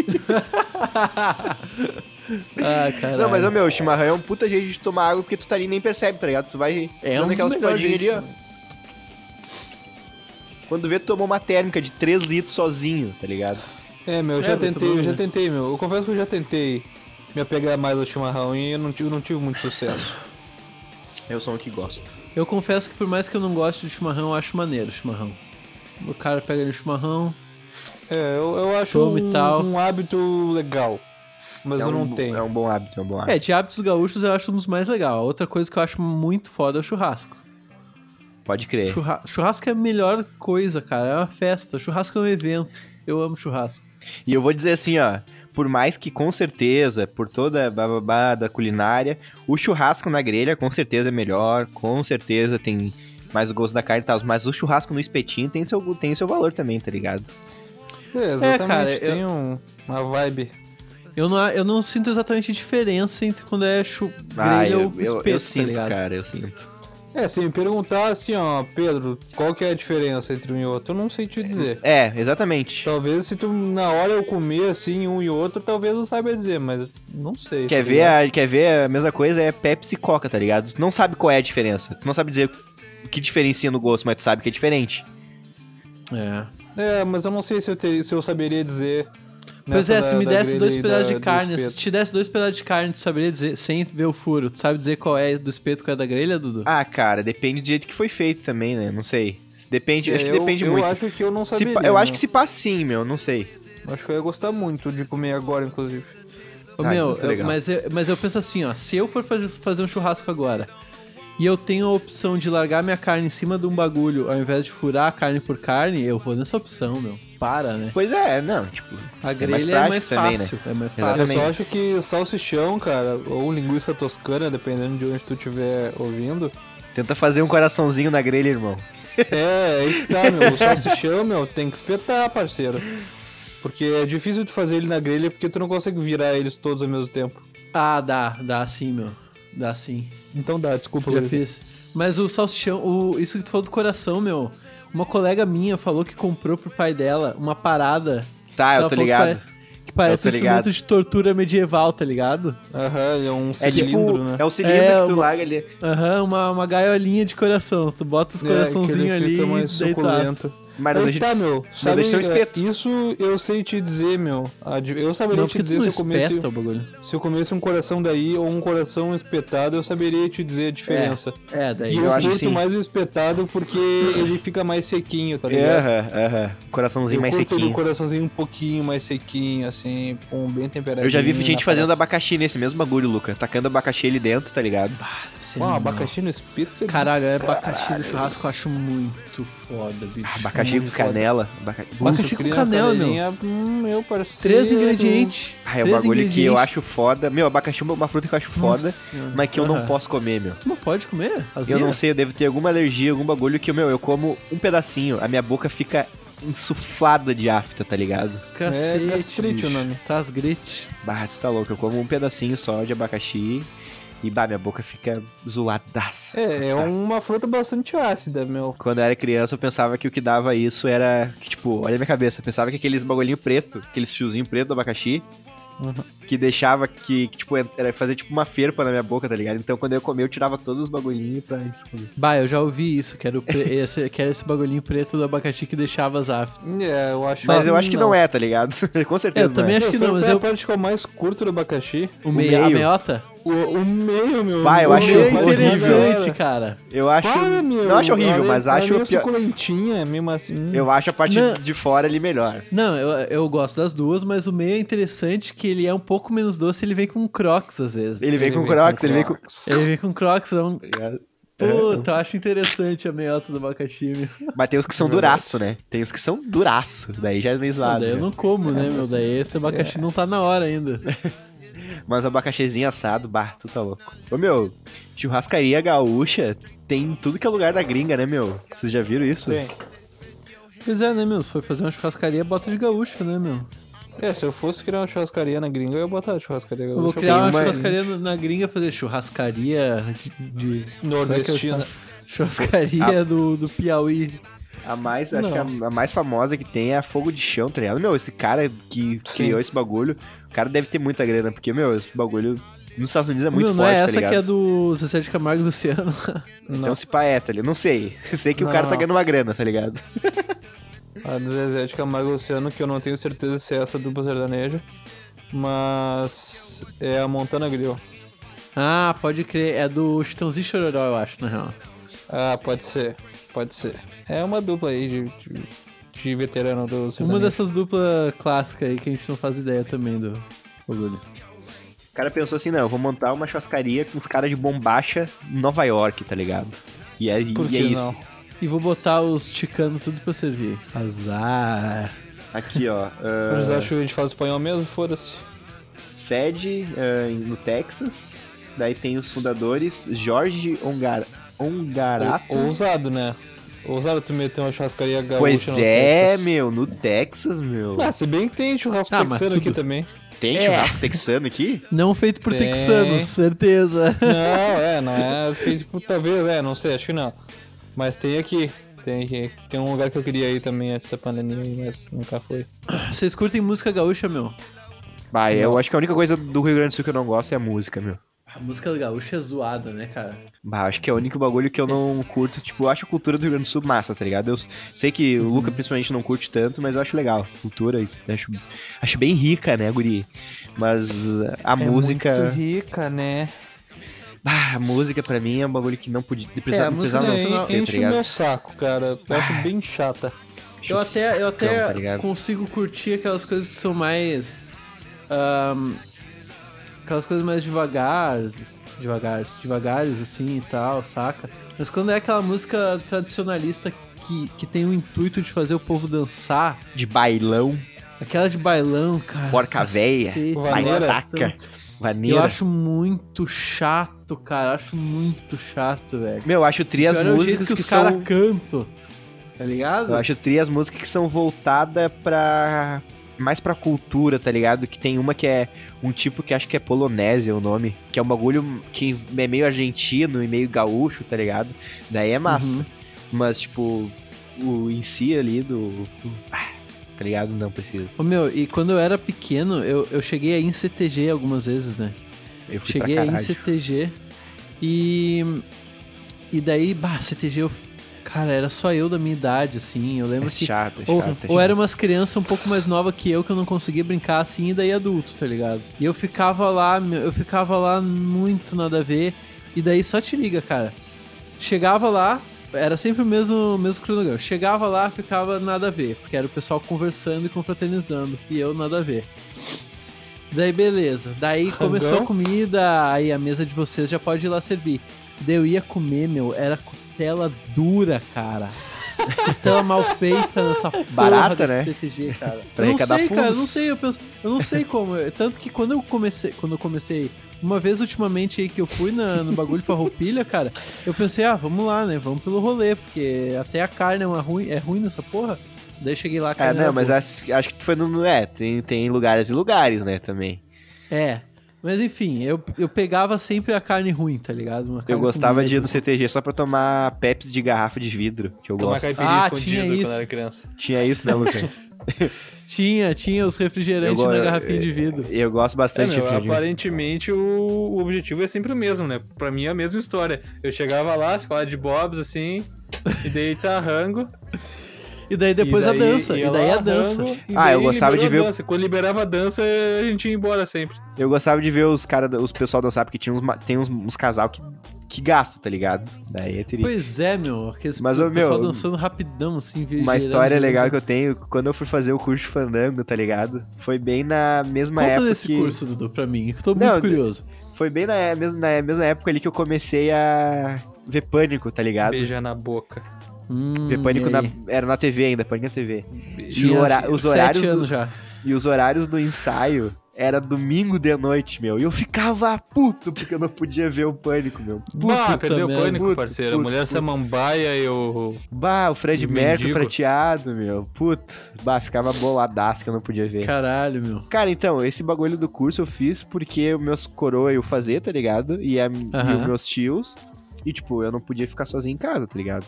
Speaker 1: Ah, cara.
Speaker 2: Não, mas, ô, meu, chimarrão é um puta jeito de tomar água porque tu tá ali e nem percebe, tá ligado? Tu vai
Speaker 1: É
Speaker 2: dando
Speaker 1: um dos
Speaker 2: aquela
Speaker 1: melhores
Speaker 2: chupadinha ali, ó.
Speaker 1: jeitos.
Speaker 2: Quando vê, tu tomou uma térmica de 3 litros sozinho, tá ligado?
Speaker 3: É, meu, eu
Speaker 1: É,
Speaker 3: já
Speaker 1: muito
Speaker 3: tentei,
Speaker 1: bom,
Speaker 3: eu já
Speaker 1: né?
Speaker 3: tentei, meu. Eu confesso que eu já tentei me apegar mais ao chimarrão e eu não tive, não tive muito sucesso.
Speaker 2: Eu sou um que gosto.
Speaker 1: Eu confesso que por mais que eu não goste de chimarrão, eu acho maneiro o chimarrão. O cara pega ali o chimarrão.
Speaker 3: É, eu, eu acho
Speaker 1: Toma e
Speaker 3: um,
Speaker 1: tal.
Speaker 3: um hábito legal, mas eu não tenho.
Speaker 2: É um bom hábito, é um bom hábito.
Speaker 1: É, de hábitos gaúchos eu acho um dos mais legais. Outra coisa que eu acho muito foda é o churrasco.
Speaker 2: Pode crer.
Speaker 1: Churra- Churrasco é a melhor coisa, cara. É uma festa. Churrasco é um evento. Eu amo churrasco.
Speaker 2: E eu vou dizer assim, ó. Por mais que, com certeza, por toda a bababá da culinária, o churrasco na grelha, com certeza, é melhor. Com certeza, tem Mas o gosto da carne e tal. Mas o churrasco no espetinho tem seu, tem seu valor também, tá ligado?
Speaker 3: É, exatamente.
Speaker 1: cara,
Speaker 3: tem um- uma vibe.
Speaker 1: Eu não, eu não sinto exatamente a diferença entre quando é chu
Speaker 2: Ah,
Speaker 1: grelha
Speaker 2: eu,
Speaker 1: ou
Speaker 2: eu, eu
Speaker 1: espeto, tá
Speaker 2: sinto,
Speaker 1: ligado?
Speaker 2: cara, eu sinto.
Speaker 3: É, se me perguntar assim, ó, Pedro, qual que é a diferença entre um e outro, eu não sei te dizer.
Speaker 2: É, exatamente.
Speaker 3: Talvez se tu na hora eu comer assim um e outro, talvez eu saiba dizer, mas eu não sei.
Speaker 2: Quer
Speaker 3: tá
Speaker 2: ver, a, quer ver a mesma coisa? É Pepsi e Coca, tá ligado? Tu não sabe qual é a diferença. Tu não sabe dizer o que diferencia no gosto, mas tu sabe que é diferente.
Speaker 1: É.
Speaker 3: ligado? É, mas eu não sei se eu, te- se eu saberia dizer.
Speaker 1: Pois
Speaker 3: nessa
Speaker 1: é,
Speaker 3: da-
Speaker 1: se me
Speaker 3: da
Speaker 1: desse
Speaker 3: grelha
Speaker 1: dois
Speaker 3: e
Speaker 1: pedaços
Speaker 3: da-
Speaker 1: de
Speaker 3: do
Speaker 1: carne, se
Speaker 3: espeto.
Speaker 1: te desse dois pedaços de carne, tu saberia dizer, sem ver o furo, tu sabe dizer qual é do espeto e qual é da grelha, Dudu?
Speaker 2: Ah, cara, depende do jeito que foi feito também, né? Não sei. Depende,
Speaker 3: É,
Speaker 2: acho que
Speaker 3: eu-
Speaker 2: depende muito.
Speaker 3: Eu acho que eu não
Speaker 2: Se
Speaker 3: saberia.
Speaker 2: pa- eu acho
Speaker 3: né?
Speaker 2: que se passa sim, meu, não sei.
Speaker 3: Acho que eu ia gostar muito de comer agora, inclusive.
Speaker 1: Ô,
Speaker 2: Ah,
Speaker 1: meu,
Speaker 2: muito
Speaker 1: eu-
Speaker 2: legal.
Speaker 1: mas, eu, mas eu penso assim, ó, se eu for faz- fazer um churrasco agora e eu tenho a opção de largar minha carne em cima de um bagulho ao invés de furar a carne por carne, eu vou nessa opção, meu. Para, né?
Speaker 2: Pois é, não, tipo.
Speaker 1: A
Speaker 2: mais
Speaker 1: grelha é
Speaker 2: prático
Speaker 1: mais
Speaker 2: também, né?
Speaker 1: fácil. É mais fácil.
Speaker 3: Eu
Speaker 2: Exatamente.
Speaker 3: só acho que salsichão, cara, ou linguiça toscana, dependendo de onde tu estiver ouvindo.
Speaker 2: Tenta fazer um coraçãozinho na grelha, irmão.
Speaker 3: É, aí que tá, meu. O salsichão, meu, tem que espetar, parceiro. Porque é difícil tu fazer ele na grelha porque tu não consegue virar eles todos ao mesmo tempo.
Speaker 1: Ah, dá, dá sim, meu. Dá sim.
Speaker 3: Então dá, desculpa,
Speaker 1: Já
Speaker 3: Guri.
Speaker 1: fiz. Mas o salsichão, o, isso que tu falou do coração, meu. Uma colega minha falou que comprou pro pai dela uma parada.
Speaker 2: Tá, eu
Speaker 1: Ela
Speaker 2: tô
Speaker 1: falou que
Speaker 2: ligado.
Speaker 1: pare- Que parece
Speaker 2: tô
Speaker 1: um instrumento
Speaker 2: ligado.
Speaker 1: de tortura medieval, tá ligado?
Speaker 3: Aham, ele é um
Speaker 2: É tipo.
Speaker 3: cilindro, né?
Speaker 2: É o cilindro
Speaker 1: É,
Speaker 2: que tu
Speaker 1: uma-
Speaker 2: larga ali.
Speaker 1: Aham, uma, uma gaiolinha de coração. Tu bota os coraçãozinhos
Speaker 3: É, que ele
Speaker 1: ali
Speaker 3: fica
Speaker 1: e
Speaker 3: mais
Speaker 1: deita.
Speaker 3: suculento.
Speaker 2: Mas não
Speaker 3: Aí
Speaker 2: deixa
Speaker 3: tá,
Speaker 2: de,
Speaker 3: meu.
Speaker 2: não
Speaker 3: Sabe,
Speaker 2: deixa de ser um
Speaker 3: é,
Speaker 2: espeto.
Speaker 3: isso eu sei te dizer, meu. A di- Eu saberia
Speaker 1: Não,
Speaker 3: te
Speaker 1: porque tu é
Speaker 3: dizer
Speaker 1: não
Speaker 3: se eu comesse...
Speaker 1: espeta o bagulho.
Speaker 3: Se eu comesse um coração daí ou um coração espetado, eu saberia te dizer a diferença.
Speaker 1: É, daí.
Speaker 3: E
Speaker 2: eu
Speaker 3: eu,
Speaker 2: acho que
Speaker 3: curto
Speaker 2: sim.
Speaker 3: mais o espetado porque ele fica mais sequinho,
Speaker 2: É,
Speaker 3: tá ligado?
Speaker 2: Aham, aham. Coraçãozinho
Speaker 3: eu
Speaker 2: mais
Speaker 3: curto
Speaker 2: sequinho.
Speaker 3: do coraçãozinho um pouquinho mais sequinho, assim, com bem temperado.
Speaker 2: Eu já vi gente fazendo abacaxi nesse mesmo bagulho, Luca. Tacando abacaxi ali dentro, tá ligado?
Speaker 1: Ah, Você
Speaker 3: Ó,
Speaker 1: não-
Speaker 3: abacaxi no espeto. é
Speaker 1: Caralho, é abacaxi do churrasco, eu acho muito é foda, bicho.
Speaker 2: Abacaxi
Speaker 3: muito
Speaker 2: com canela. Abacaxi.
Speaker 1: Abacaxi
Speaker 3: sucrilho
Speaker 1: com
Speaker 3: na
Speaker 1: canela, meu.
Speaker 3: canelinha, Hum, meu parceiro.
Speaker 1: Três ingredientes.
Speaker 2: Ah, é o
Speaker 1: três
Speaker 2: bagulho que eu
Speaker 1: ingredientes.
Speaker 2: acho foda. Meu, abacaxi é uma fruta que eu acho foda,
Speaker 1: Nossa Senhora.
Speaker 2: mas que eu não
Speaker 1: Aham.
Speaker 2: posso comer, meu.
Speaker 1: Tu não pode comer?
Speaker 2: Eu
Speaker 1: Azia?
Speaker 2: não sei, eu devo ter alguma alergia, algum bagulho que, meu, eu como um pedacinho, a minha boca fica insuflada de afta, tá ligado?
Speaker 1: Cacete.
Speaker 3: É gastrite
Speaker 1: bicho. Tá
Speaker 3: o nome.
Speaker 1: Tasgrite.
Speaker 2: Bah, tu tá louco, eu como um pedacinho só de abacaxi e, bah, minha boca fica zoadaça.
Speaker 3: É, é
Speaker 1: um
Speaker 2: zoadaça.
Speaker 3: uma fruta bastante ácida, meu.
Speaker 2: Quando eu era criança, eu pensava que o que dava isso era, que, tipo, olha a minha cabeça, eu pensava que aqueles bagulhinho preto, aqueles fiozinho preto do abacaxi,
Speaker 3: Uhum.
Speaker 2: que deixava que, que, tipo, era fazer tipo uma ferpa na minha boca, tá ligado? Então quando eu comia, eu tirava todos os bagulhinhos pra esconder.
Speaker 1: Bah, eu já ouvi isso, que era, o pre- esse, que era esse bagulhinho preto do abacaxi que deixava as aftas.
Speaker 3: É, eu acho
Speaker 2: Mas eu acho que não, é, tá ligado? Com certeza
Speaker 1: Eu
Speaker 2: não é.
Speaker 1: também acho que
Speaker 3: sabe
Speaker 1: não, mas
Speaker 3: qual é
Speaker 1: eu-
Speaker 3: a parte que eu mais curto do abacaxi.
Speaker 1: O,
Speaker 2: O
Speaker 1: meio, a
Speaker 2: meio.
Speaker 1: meiota?
Speaker 3: O, o meio, meu.
Speaker 2: Vai, eu
Speaker 3: o
Speaker 2: acho
Speaker 1: Meio é
Speaker 3: meio faz uma
Speaker 1: interessante,
Speaker 3: galera.
Speaker 1: cara.
Speaker 2: Eu acho.
Speaker 3: Para, meu.
Speaker 2: não acho horrível,
Speaker 3: Ela é-
Speaker 2: mas
Speaker 3: ela
Speaker 2: acho
Speaker 3: É meio
Speaker 2: pior-
Speaker 3: suculentinha, meio macio. Hum.
Speaker 2: Eu acho a parte
Speaker 1: Não.
Speaker 2: de fora ali melhor.
Speaker 1: Não, eu, eu gosto das duas, mas o meio é interessante que ele é um pouco menos doce, ele vem com crocs às vezes.
Speaker 2: Ele vem com Crocs, ele vem com.
Speaker 1: Ele vem com crocs, é um...
Speaker 2: É.
Speaker 1: Puta, eu acho interessante a meiota do abacaxi, meu.
Speaker 2: Mas tem os que são
Speaker 3: Verdade.
Speaker 2: duraço, né? Tem os que são duraço. Daí já é meio
Speaker 1: Ah,
Speaker 2: zoado.
Speaker 1: daí eu
Speaker 2: né?
Speaker 1: não como,
Speaker 2: É,
Speaker 1: né, meu?
Speaker 2: mas-
Speaker 1: Daí esse abacaxi não tá na hora ainda.
Speaker 2: Mas abacaxizinho assado, bah, tu tá louco. Ô meu, churrascaria gaúcha tem em tudo que é lugar da gringa, né, meu? Vocês já viram isso?
Speaker 3: Tem.
Speaker 1: Pois é, né, meu? Se for fazer uma churrascaria, bota de gaúcho, né, meu?
Speaker 3: É, se eu fosse criar uma churrascaria na gringa, eu ia botar a churrascaria.
Speaker 1: Eu vou
Speaker 3: gaúcha.
Speaker 1: criar uma,
Speaker 2: uma-
Speaker 1: churrascaria na- na gringa, fazer churrascaria de. de- é
Speaker 3: nordestina.
Speaker 2: Ah.
Speaker 1: Churrascaria do, do Piauí.
Speaker 2: A mais, acho
Speaker 3: Não.
Speaker 2: que a, a mais famosa que tem é a Fogo de Chão, tá ligado? Meu, esse cara que
Speaker 3: Sim.
Speaker 2: criou esse bagulho, o cara deve ter muita grana, porque, meu, esse bagulho nos Estados Unidos é
Speaker 1: meu,
Speaker 2: muito
Speaker 1: não
Speaker 2: forte,
Speaker 1: é
Speaker 2: tá
Speaker 1: essa
Speaker 2: ligado?
Speaker 1: que é do Zezé de Camargo e Luciano.
Speaker 2: Então se pá é, tá ligado? Não sei. Sei que o
Speaker 3: Não,
Speaker 2: cara tá
Speaker 3: não.
Speaker 2: ganhando uma grana, tá ligado?
Speaker 3: A do Zezé de Camargo e Luciano, que eu não tenho certeza se é essa dupla sertaneja. Mas é a Montana Grill.
Speaker 1: ah, pode crer. É do Chitãozinho e Chororó, eu acho, na real.
Speaker 3: Ah, pode ser. Pode ser. É uma dupla aí de, de, de veterano do
Speaker 1: Uma
Speaker 3: sertanejo.
Speaker 1: dessas duplas clássicas aí que a gente não faz ideia também do bagulho.
Speaker 2: O cara pensou assim, não, eu vou montar uma churrascaria com os caras de bombacha em Nova York, tá ligado? E é, e
Speaker 3: Por
Speaker 2: é
Speaker 3: que
Speaker 2: isso.
Speaker 3: não?
Speaker 1: E vou botar os ticanos tudo pra servir. Azar.
Speaker 2: Aqui, ó. ah,
Speaker 3: Eles acham que a gente fala espanhol mesmo? Foda-se.
Speaker 2: eh, sede ah, no Texas. Daí tem os fundadores Jorge Ongar Ongarato.
Speaker 3: Ousado, né? Ousado tu meter uma churrascaria gaúcha
Speaker 2: Pois
Speaker 3: no
Speaker 2: é,
Speaker 3: Texas.
Speaker 2: meu, no Texas, meu.
Speaker 3: Ah, se bem que tem churrasco
Speaker 1: Ah, mas
Speaker 3: texano aqui
Speaker 1: tudo.
Speaker 3: também.
Speaker 2: Tem churrasco texano aqui?
Speaker 1: Não feito por
Speaker 3: Tem.
Speaker 1: texanos, certeza.
Speaker 3: Não, é, não é. Tem, tipo, talvez, é, não sei, acho que não. Mas tem aqui. Tem aqui. Tem um lugar que eu queria ir também antes da pandemia, aí, mas nunca foi.
Speaker 1: Vocês curtem música gaúcha, meu?
Speaker 2: Bah, eu acho que a única coisa do Rio Grande do Sul que eu não gosto é a música, meu.
Speaker 1: A música gaúcha é zoada, né, cara?
Speaker 2: Bah, acho que é o único bagulho que eu não curto. Tipo, eu acho a cultura do Rio Grande do Sul massa, tá ligado? Eu sei que o Luca principalmente não curte tanto, mas eu acho legal. Cultura, eu acho, acho bem rica, né, guri? Mas uh, a música.
Speaker 3: É rica, né?
Speaker 2: Bah, a música pra mim é um bagulho que não podia. Precisava,
Speaker 1: a música é um
Speaker 2: precisava
Speaker 1: também
Speaker 2: não ter, tá Ah.
Speaker 3: enche o
Speaker 2: ligado?
Speaker 3: meu saco, cara. Eu acho bem chata.
Speaker 1: Eu até, eu até
Speaker 2: Sacão, tá ligado?
Speaker 1: consigo curtir aquelas coisas que são mais. ahn, aquelas coisas mais devagar, devagar, devagares assim e tal, saca? Mas quando é aquela música tradicionalista que, que tem o intuito de fazer o povo dançar,
Speaker 2: De bailão,
Speaker 1: aquela de bailão, cara.
Speaker 2: porca véia,
Speaker 1: cacete,
Speaker 3: vaneira.
Speaker 2: baitaca,
Speaker 1: Eu
Speaker 2: vaneira.
Speaker 1: acho muito chato, cara. Acho muito chato, velho.
Speaker 2: Meu, eu acho tri as
Speaker 1: Pior é o jeito
Speaker 2: músicas
Speaker 1: que
Speaker 2: que,
Speaker 1: os
Speaker 2: são.
Speaker 1: caras cantam. Tá ligado?
Speaker 2: Eu acho tri as músicas que são voltadas pra. Mais pra cultura, tá ligado? Que tem uma que é um tipo que acho que é polonésia o nome, que é um bagulho que é meio argentino e meio gaúcho, tá ligado? Daí é massa.
Speaker 1: Uhum.
Speaker 2: Mas, tipo, o em si ali do. Ah, tá ligado? Não precisa.
Speaker 1: Ô meu, e quando eu era pequeno, eu, eu cheguei aí em CTG algumas vezes, né?
Speaker 2: Eu fui
Speaker 1: cheguei
Speaker 2: pra
Speaker 1: aí em
Speaker 2: caralho.
Speaker 1: CTG e. E daí, bah, CTG, eu, cara, era só eu da minha idade, assim. Eu lembro
Speaker 2: É
Speaker 1: que.
Speaker 2: chato, é chato.
Speaker 1: Ou,
Speaker 2: é chato.
Speaker 1: ou era umas crianças um pouco mais nova que eu que eu não conseguia brincar assim, e daí adulto, tá ligado? E eu ficava lá, meu, eu ficava lá muito nada a ver, e daí só te liga, cara. Chegava lá, era sempre o mesmo, o mesmo cronograma. Chegava lá, ficava nada a ver, porque era o pessoal conversando e confraternizando, e eu nada a ver. Daí beleza, daí
Speaker 3: Rangão?
Speaker 1: começou a comida, aí a mesa de vocês já pode ir lá servir. Daí eu ia comer, meu, era costela dura, cara. Costela mal feita nessa
Speaker 2: Barata,
Speaker 1: porra
Speaker 2: né?
Speaker 1: desse CTG, cara.
Speaker 2: Pra
Speaker 1: eu não
Speaker 2: arrecadar
Speaker 1: sei, cara, eu
Speaker 2: fundos.
Speaker 1: não sei, eu penso, eu não sei como. eu- Tanto que quando eu comecei, quando eu comecei, uma vez ultimamente aí que eu fui na- no bagulho farroupilha, cara, eu pensei, ah, vamos lá, né? Vamos pelo rolê, porque até a carne é uma ruim, é ruim nessa porra. Daí cheguei lá, a
Speaker 2: É,
Speaker 1: carne era
Speaker 2: não, mas
Speaker 1: boa.
Speaker 2: acho, acho que tu foi no. É, tem, tem lugares e lugares, né, também.
Speaker 1: é. Mas enfim, eu, eu pegava sempre a carne ruim, tá ligado? Uma
Speaker 2: Eu
Speaker 1: carne com
Speaker 2: gostava de ir
Speaker 1: medo.
Speaker 2: no CTG só pra tomar Pepsi de garrafa de vidro, que eu
Speaker 3: Tomar
Speaker 2: gosto.
Speaker 3: caipirinha
Speaker 1: Ah, tinha
Speaker 3: escondida quando
Speaker 1: isso.
Speaker 3: era criança.
Speaker 2: Tinha isso, né, Luciano?
Speaker 1: Tinha, tinha os refrigerantes
Speaker 2: Eu go-
Speaker 1: na garrafinha de vidro.
Speaker 2: Eu gosto
Speaker 3: É,
Speaker 2: bastante
Speaker 1: Tipo,
Speaker 2: de
Speaker 3: meu,
Speaker 2: refrigerante.
Speaker 3: aparentemente o, o objetivo é sempre o mesmo, né? Pra mim é a mesma história. Eu chegava lá, escola de bobs, assim, e daí tá rango.
Speaker 1: E daí depois
Speaker 3: e daí,
Speaker 1: a dança.
Speaker 3: ia
Speaker 1: E daí
Speaker 3: lá,
Speaker 1: a dança.
Speaker 3: rango, e
Speaker 2: Ah,
Speaker 3: daí
Speaker 2: eu gostava de ver
Speaker 3: liberou a
Speaker 2: o-
Speaker 3: dança. Quando liberava a dança, a gente ia embora sempre.
Speaker 2: Eu gostava de ver os caras, os pessoal dançar, porque tinha uns, ma- tem uns, uns casal que, que gastam, tá ligado? Daí é teria.
Speaker 1: Pois é, meu. Aqueles
Speaker 2: Mas, ô,
Speaker 1: pessoal
Speaker 2: meu,
Speaker 1: dançando rapidão, assim.
Speaker 2: Uma
Speaker 1: girando,
Speaker 2: história
Speaker 1: girando.
Speaker 2: legal que eu tenho, quando eu fui fazer o curso de fandango, tá ligado? Foi bem na mesma
Speaker 1: Conta
Speaker 2: época.
Speaker 1: desse
Speaker 2: que-
Speaker 1: curso, Dudu, pra mim. que Eu tô
Speaker 2: Não,
Speaker 1: muito curioso.
Speaker 2: Foi bem na mesma, na mesma época ali que eu comecei a ver pânico, tá ligado?
Speaker 3: Beijar na boca.
Speaker 1: Hum,
Speaker 2: Ver pânico
Speaker 1: e
Speaker 2: na,
Speaker 1: aí?
Speaker 2: era na TV ainda, pânico na TV.
Speaker 3: Beijar.
Speaker 1: Tinha
Speaker 2: e hora- os
Speaker 1: sete
Speaker 2: horários do-
Speaker 1: anos já.
Speaker 2: E os horários do ensaio era domingo de noite, meu. E eu ficava puto porque eu não podia ver o pânico, meu.
Speaker 3: Bah,
Speaker 1: Puta
Speaker 3: perdeu o
Speaker 1: merda.
Speaker 3: pânico,
Speaker 2: Puto,
Speaker 3: parceiro.
Speaker 2: puto,
Speaker 3: a mulher
Speaker 2: puto.
Speaker 3: samambaia e o.
Speaker 2: Bah, o Fred
Speaker 3: O
Speaker 2: Mercury
Speaker 3: mendigo.
Speaker 2: prateado, meu. Puto. Bah, ficava boladaço que eu não podia ver.
Speaker 1: Caralho, meu.
Speaker 2: Cara, então, esse bagulho do curso eu fiz porque os meus coroa eu fazia, tá ligado? E, a, e
Speaker 1: Aham.
Speaker 2: os meus tios. E, tipo, eu não podia ficar sozinho em casa, tá ligado?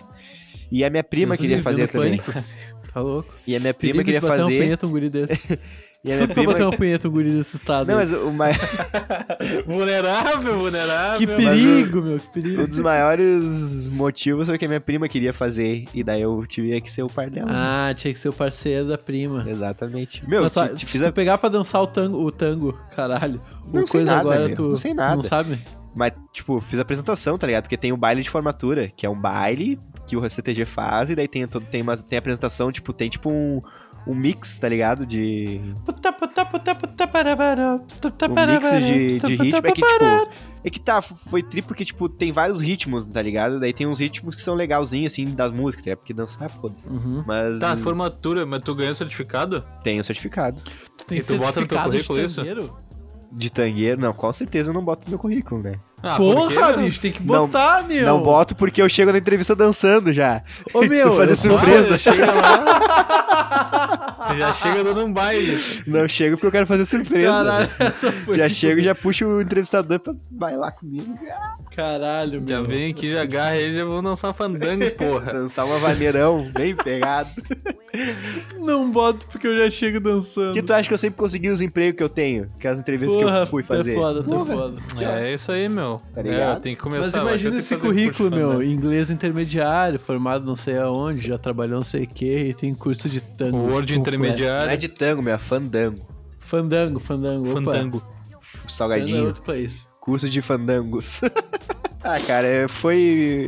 Speaker 2: E a minha prima
Speaker 1: Deus
Speaker 2: queria
Speaker 1: me livre,
Speaker 2: fazer
Speaker 1: vendo
Speaker 2: também.
Speaker 1: Pânico. Tá louco.
Speaker 2: E a minha prima
Speaker 1: Perigo de
Speaker 2: queria
Speaker 1: bater uma
Speaker 2: fazer.
Speaker 1: punheta, um guri desse.
Speaker 2: E a minha
Speaker 1: Tudo pra
Speaker 2: prima.
Speaker 1: bater uma punheta, um guri desse estado.
Speaker 2: Não,
Speaker 1: aí.
Speaker 2: mas o mais.
Speaker 3: Vulnerável, vulnerável.
Speaker 1: Que perigo, meu. Que perigo.
Speaker 2: Um dos maiores motivos foi que a minha prima queria fazer, e daí eu tive que ser o pai dela.
Speaker 1: Ah, tinha que ser o parceiro da prima.
Speaker 2: Exatamente. Meu,
Speaker 1: Ah. Mas tu-
Speaker 2: te, te
Speaker 1: se
Speaker 2: fiz
Speaker 1: tu
Speaker 2: a...
Speaker 1: pegar pra dançar o tango, o tango caralho.
Speaker 2: Não
Speaker 1: o
Speaker 2: sei
Speaker 1: coisa
Speaker 2: nada,
Speaker 1: agora
Speaker 2: meu,
Speaker 1: tu
Speaker 2: não sei nada.
Speaker 1: não sabe?
Speaker 2: Mas, tipo, fiz a apresentação, tá ligado? Porque tem o baile de formatura, que é um baile que o CTG faz, e daí tem, todo, tem, uma, tem a apresentação, tipo, tem tipo um, um mix, tá ligado? De.
Speaker 1: Tá
Speaker 2: Um
Speaker 1: né?
Speaker 2: mix de, de ritmo. É que, tipo. É que tá, foi tri porque, tipo, tem vários ritmos, tá ligado? Daí tem uns ritmos que são legalzinhos, assim, das músicas, tá ligado? Porque dançar, foda-se.
Speaker 1: Uhum.
Speaker 2: Mas.
Speaker 3: Tá, formatura, mas tu ganhou certificado?
Speaker 2: Tem o certificado.
Speaker 1: Tu tem
Speaker 3: E tu bota no teu
Speaker 1: certificado de
Speaker 3: currículo isso?
Speaker 1: terneiro?
Speaker 2: de tangueiro, não, com certeza eu não boto no meu currículo, né?
Speaker 3: Ah, por quê,
Speaker 1: Porra,
Speaker 3: meu?
Speaker 1: bicho, tem que
Speaker 2: Não-
Speaker 1: botar, meu.
Speaker 2: Não boto porque eu chego na entrevista dançando já.
Speaker 1: Ô,
Speaker 2: Isso
Speaker 1: meu,
Speaker 2: fazer
Speaker 1: eu sou-
Speaker 2: surpresa.
Speaker 3: Ah, já chega lá. já chega dando um baile.
Speaker 2: Não chego porque eu quero fazer surpresa.
Speaker 1: Caralho, essa foi.
Speaker 2: Já
Speaker 1: tipo-
Speaker 2: chego e já puxo o entrevistador pra bailar comigo.
Speaker 1: Caralho,
Speaker 3: Já
Speaker 1: meu.
Speaker 3: vem aqui, já agarra ele, já vou lançar fandango, porra.
Speaker 2: Dançar uma vaneirão bem pegado.
Speaker 1: Não boto porque eu já chego dançando.
Speaker 2: que tu acha que eu sempre consegui os empregos que eu tenho? Que as entrevistas que eu fui fazer.
Speaker 1: Tá foda, tá
Speaker 2: Porra.
Speaker 1: foda.
Speaker 3: É isso aí, meu.
Speaker 2: Tá ligado?
Speaker 3: É, tem que
Speaker 1: Mas
Speaker 3: começar. eu acho que eu
Speaker 1: imagina
Speaker 3: tenho
Speaker 1: esse
Speaker 3: que fazer um
Speaker 1: currículo,
Speaker 3: curso de
Speaker 1: meu.
Speaker 3: fandango.
Speaker 1: Inglês intermediário, formado não sei aonde, já trabalhou não sei o que, e tem curso de tango. tipo,
Speaker 3: O Word
Speaker 1: completo.
Speaker 2: Não é
Speaker 3: intermediário.
Speaker 2: de tango, meu, é fandango.
Speaker 1: Fandango, fandango. opa. Fandango
Speaker 3: Fandango.
Speaker 1: é
Speaker 2: Salgadinho.
Speaker 1: outro país.
Speaker 2: Curso de fandangos. ah, cara, é, foi.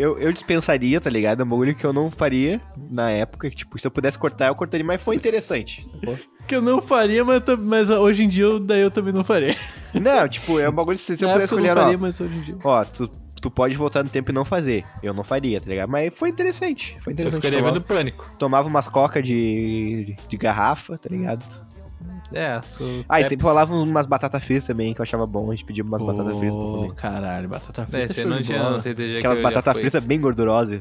Speaker 2: Eu, eu dispensaria, tá ligado? É um bagulho que eu não faria na época. Tipo, se eu pudesse cortar, eu cortaria, mas foi interessante. sacou?
Speaker 1: Que eu não faria, mas, tam- mas hoje em dia eu, daí eu também não faria.
Speaker 2: não, tipo, é um bagulho que se, se eu
Speaker 1: Na
Speaker 2: pudesse
Speaker 1: época eu não
Speaker 2: escolher,
Speaker 1: faria,
Speaker 2: ó,
Speaker 1: mas hoje em dia.
Speaker 2: ó, tu, tu pode voltar no tempo e não fazer. Eu não faria, tá ligado? Mas foi interessante. Foi
Speaker 3: Eu
Speaker 2: interessante.
Speaker 3: ficaria
Speaker 2: tomava,
Speaker 3: vendo pânico.
Speaker 2: tomava umas cocas de, de garrafa, tá ligado?
Speaker 3: É, su...
Speaker 2: Ah, e
Speaker 3: Peps.
Speaker 2: sempre falava umas batatas fritas também, que eu achava bom. A gente pedia umas batatas fritas pra comer.
Speaker 1: Ô, caralho, batata frita.
Speaker 3: É, você
Speaker 1: show
Speaker 3: não
Speaker 1: de
Speaker 3: tinha
Speaker 1: bola.
Speaker 3: no
Speaker 2: Aquelas
Speaker 3: CTG é que eu já
Speaker 2: batatas
Speaker 3: fui.
Speaker 2: fritas bem gordurosas.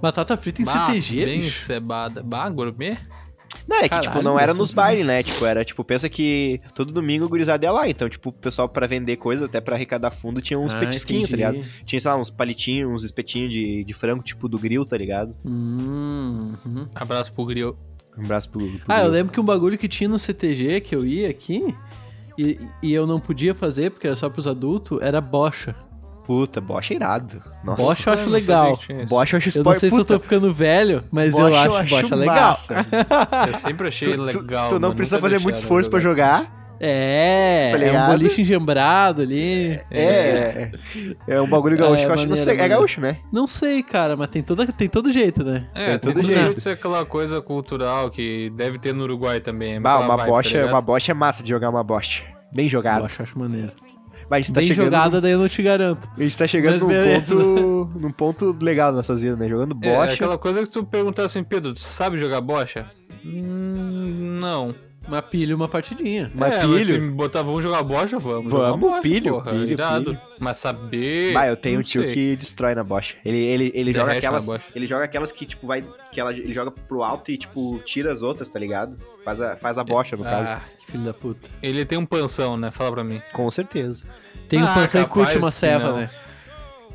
Speaker 1: Batata frita em
Speaker 3: Bah,
Speaker 1: CTG,
Speaker 3: bem
Speaker 1: bicho.
Speaker 3: cebada. Bah, gourmet?
Speaker 2: Não, é que,
Speaker 1: Caralho,
Speaker 2: tipo, não era
Speaker 1: essa
Speaker 2: nos
Speaker 1: é
Speaker 2: bailes, né? Tipo, era, tipo, pensa que todo domingo o gurizada ia lá. Então, tipo, o pessoal pra vender coisa, até pra arrecadar fundo, tinha uns
Speaker 1: Ah,
Speaker 2: petisquinhos, tá
Speaker 1: entendi.
Speaker 2: ligado? Tinha, sei lá, uns palitinhos, uns espetinhos de, de frango, tipo, do grill, tá ligado?
Speaker 1: Hum, uhum.
Speaker 3: Abraço pro grill.
Speaker 2: Um braço pro, pro
Speaker 1: Ah, eu
Speaker 2: grill.
Speaker 1: lembro que um bagulho que tinha no CTG que eu ia aqui e, e eu não podia fazer porque era só pros adultos era bocha. Puta.
Speaker 2: Puta, bocha é irado. Nossa.
Speaker 1: Bocha eu
Speaker 3: Ah,
Speaker 1: acho
Speaker 3: não sabia
Speaker 1: legal.
Speaker 3: que tinha isso.
Speaker 2: Bocha eu acho
Speaker 1: Eu não
Speaker 2: spoiler.
Speaker 1: sei se eu tô ficando velho, mas eu acho bocha legal.
Speaker 2: massa.
Speaker 3: Eu sempre achei
Speaker 2: Tu, tu-
Speaker 3: legal.
Speaker 2: tu não
Speaker 3: mano,
Speaker 2: precisa
Speaker 3: nunca
Speaker 2: fazer muito
Speaker 3: deixaram
Speaker 2: esforço pra
Speaker 3: jogar.
Speaker 2: jogar.
Speaker 1: É,
Speaker 2: Tá
Speaker 1: é um
Speaker 2: ligado?
Speaker 1: boliche engembrado ali.
Speaker 2: É. É um bagulho gaúcho
Speaker 1: Ah, é
Speaker 2: que eu acho. não
Speaker 1: maneiro,
Speaker 2: sei, é
Speaker 1: maneiro.
Speaker 2: gaúcho, né?
Speaker 1: Não sei, cara, mas tem, toda, tem todo jeito, né?
Speaker 3: É,
Speaker 2: Tem todo
Speaker 3: tem tudo
Speaker 2: jeito.
Speaker 3: isso é aquela coisa cultural que deve ter no Uruguai também.
Speaker 2: Bah,
Speaker 3: aquela
Speaker 2: uma
Speaker 3: vibe, tá
Speaker 2: bocha,
Speaker 3: ligado?
Speaker 2: uma bocha é massa de jogar uma bocha. Bem jogada.
Speaker 1: Bocha eu acho maneiro.
Speaker 2: Mas a gente tá
Speaker 1: Bem
Speaker 2: chegando
Speaker 1: jogada, daí eu não te garanto.
Speaker 2: A gente tá chegando
Speaker 1: Mas
Speaker 2: num
Speaker 1: beleza.
Speaker 2: ponto, num ponto legal das nossas vidas, né? Jogando
Speaker 3: É,
Speaker 2: bocha.
Speaker 3: aquela coisa que se tu perguntar assim, Pedro, tu sabe jogar bocha? Hum, não.
Speaker 1: Uma pilha, uma partidinha.
Speaker 2: Mas
Speaker 3: é,
Speaker 2: filho,
Speaker 3: Mas se me botar, vamos jogar bocha?
Speaker 2: Vamos,
Speaker 3: Vamos. jogar bocha,
Speaker 2: pilho,
Speaker 3: porra,
Speaker 2: pilho,
Speaker 3: irado.
Speaker 2: pilho.
Speaker 3: Mas saber.
Speaker 2: Bah, eu tenho
Speaker 3: não
Speaker 2: um tio
Speaker 3: sei.
Speaker 2: que destrói na bocha. Ele, ele, ele
Speaker 3: Derrete
Speaker 2: joga
Speaker 3: na
Speaker 2: aquelas.
Speaker 3: bocha.
Speaker 2: Ele joga aquelas que, tipo, vai. Que ela, ele joga pro alto e, tipo, tira as outras, tá ligado? Faz a, faz a bocha, no caso.
Speaker 3: Ah,
Speaker 1: Que filho da puta.
Speaker 3: ele tem um panção, né? Fala pra mim.
Speaker 2: Com certeza.
Speaker 1: Tem um
Speaker 3: Ah,
Speaker 1: pança e curte
Speaker 3: capaz
Speaker 1: uma
Speaker 3: que
Speaker 1: ceva,
Speaker 3: não.
Speaker 1: né?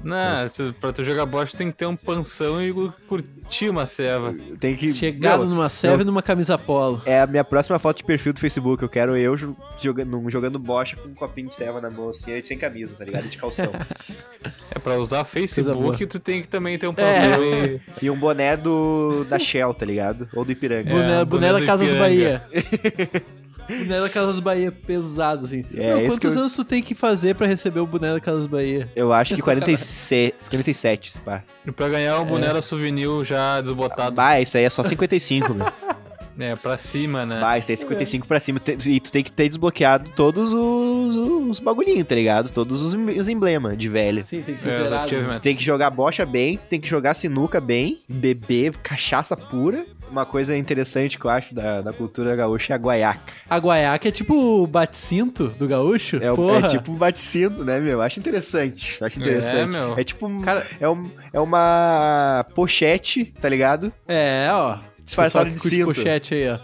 Speaker 3: Não, se- pra tu jogar bocha, tem que ter um panção e curtir uma ceva.
Speaker 2: Tem que.
Speaker 1: Chegado
Speaker 2: Meu,
Speaker 1: numa ceva e numa camisa polo.
Speaker 2: É a minha próxima foto de perfil do Facebook. Eu quero eu jo- jogando, jogando bocha com um copinho de ceva na mão, assim, e sem camisa, tá ligado? E De calção.
Speaker 3: É pra usar
Speaker 1: boa.
Speaker 3: Facebook, tu tem que também ter um panção e.
Speaker 2: e um boné do. da Shell, tá ligado? Ou do Ipiranga.
Speaker 1: É, Boné,
Speaker 3: boné
Speaker 1: boné da
Speaker 3: do
Speaker 1: Casas
Speaker 3: Ipiranga.
Speaker 1: Bahia. boné da Casas Bahia é pesado, assim.
Speaker 2: É,
Speaker 1: Meu,
Speaker 2: esse
Speaker 1: quantos
Speaker 2: que eu-
Speaker 1: anos tu tem que fazer pra receber o boné da Casas Bahia?
Speaker 2: Eu acho
Speaker 3: é
Speaker 2: que 46, 47, se pá.
Speaker 3: E pra ganhar o boné era souvenir já desbotado.
Speaker 2: É. Bah, isso aí é só 55, meu.
Speaker 3: É, pra cima, né?
Speaker 2: Bah, isso aí é 55 pra cima. Te- E tu tem que ter desbloqueado todos os, os bagulhinhos, tá ligado? Todos os, em- os emblemas de velho.
Speaker 1: Sim, tem que
Speaker 3: É, os
Speaker 1: zerar. né?
Speaker 3: achievements.
Speaker 2: Tem que jogar bocha bem, tem que jogar sinuca bem, beber cachaça pura. Uma coisa interessante que eu acho da, da cultura gaúcha é a guaiaca.
Speaker 1: A guaiaca é tipo o bate-cinto do gaúcho?
Speaker 2: É, o-
Speaker 1: Porra.
Speaker 2: é tipo um baticido, né, meu? Acho interessante. Acho interessante.
Speaker 3: É,
Speaker 2: É,
Speaker 3: meu.
Speaker 2: tipo um,
Speaker 1: Cara-
Speaker 2: é, um, é uma pochete, tá ligado?
Speaker 1: É, ó. Pessoal
Speaker 2: Disfarçado
Speaker 1: que
Speaker 2: de
Speaker 1: curte
Speaker 2: cinto.
Speaker 1: pochete aí, ó.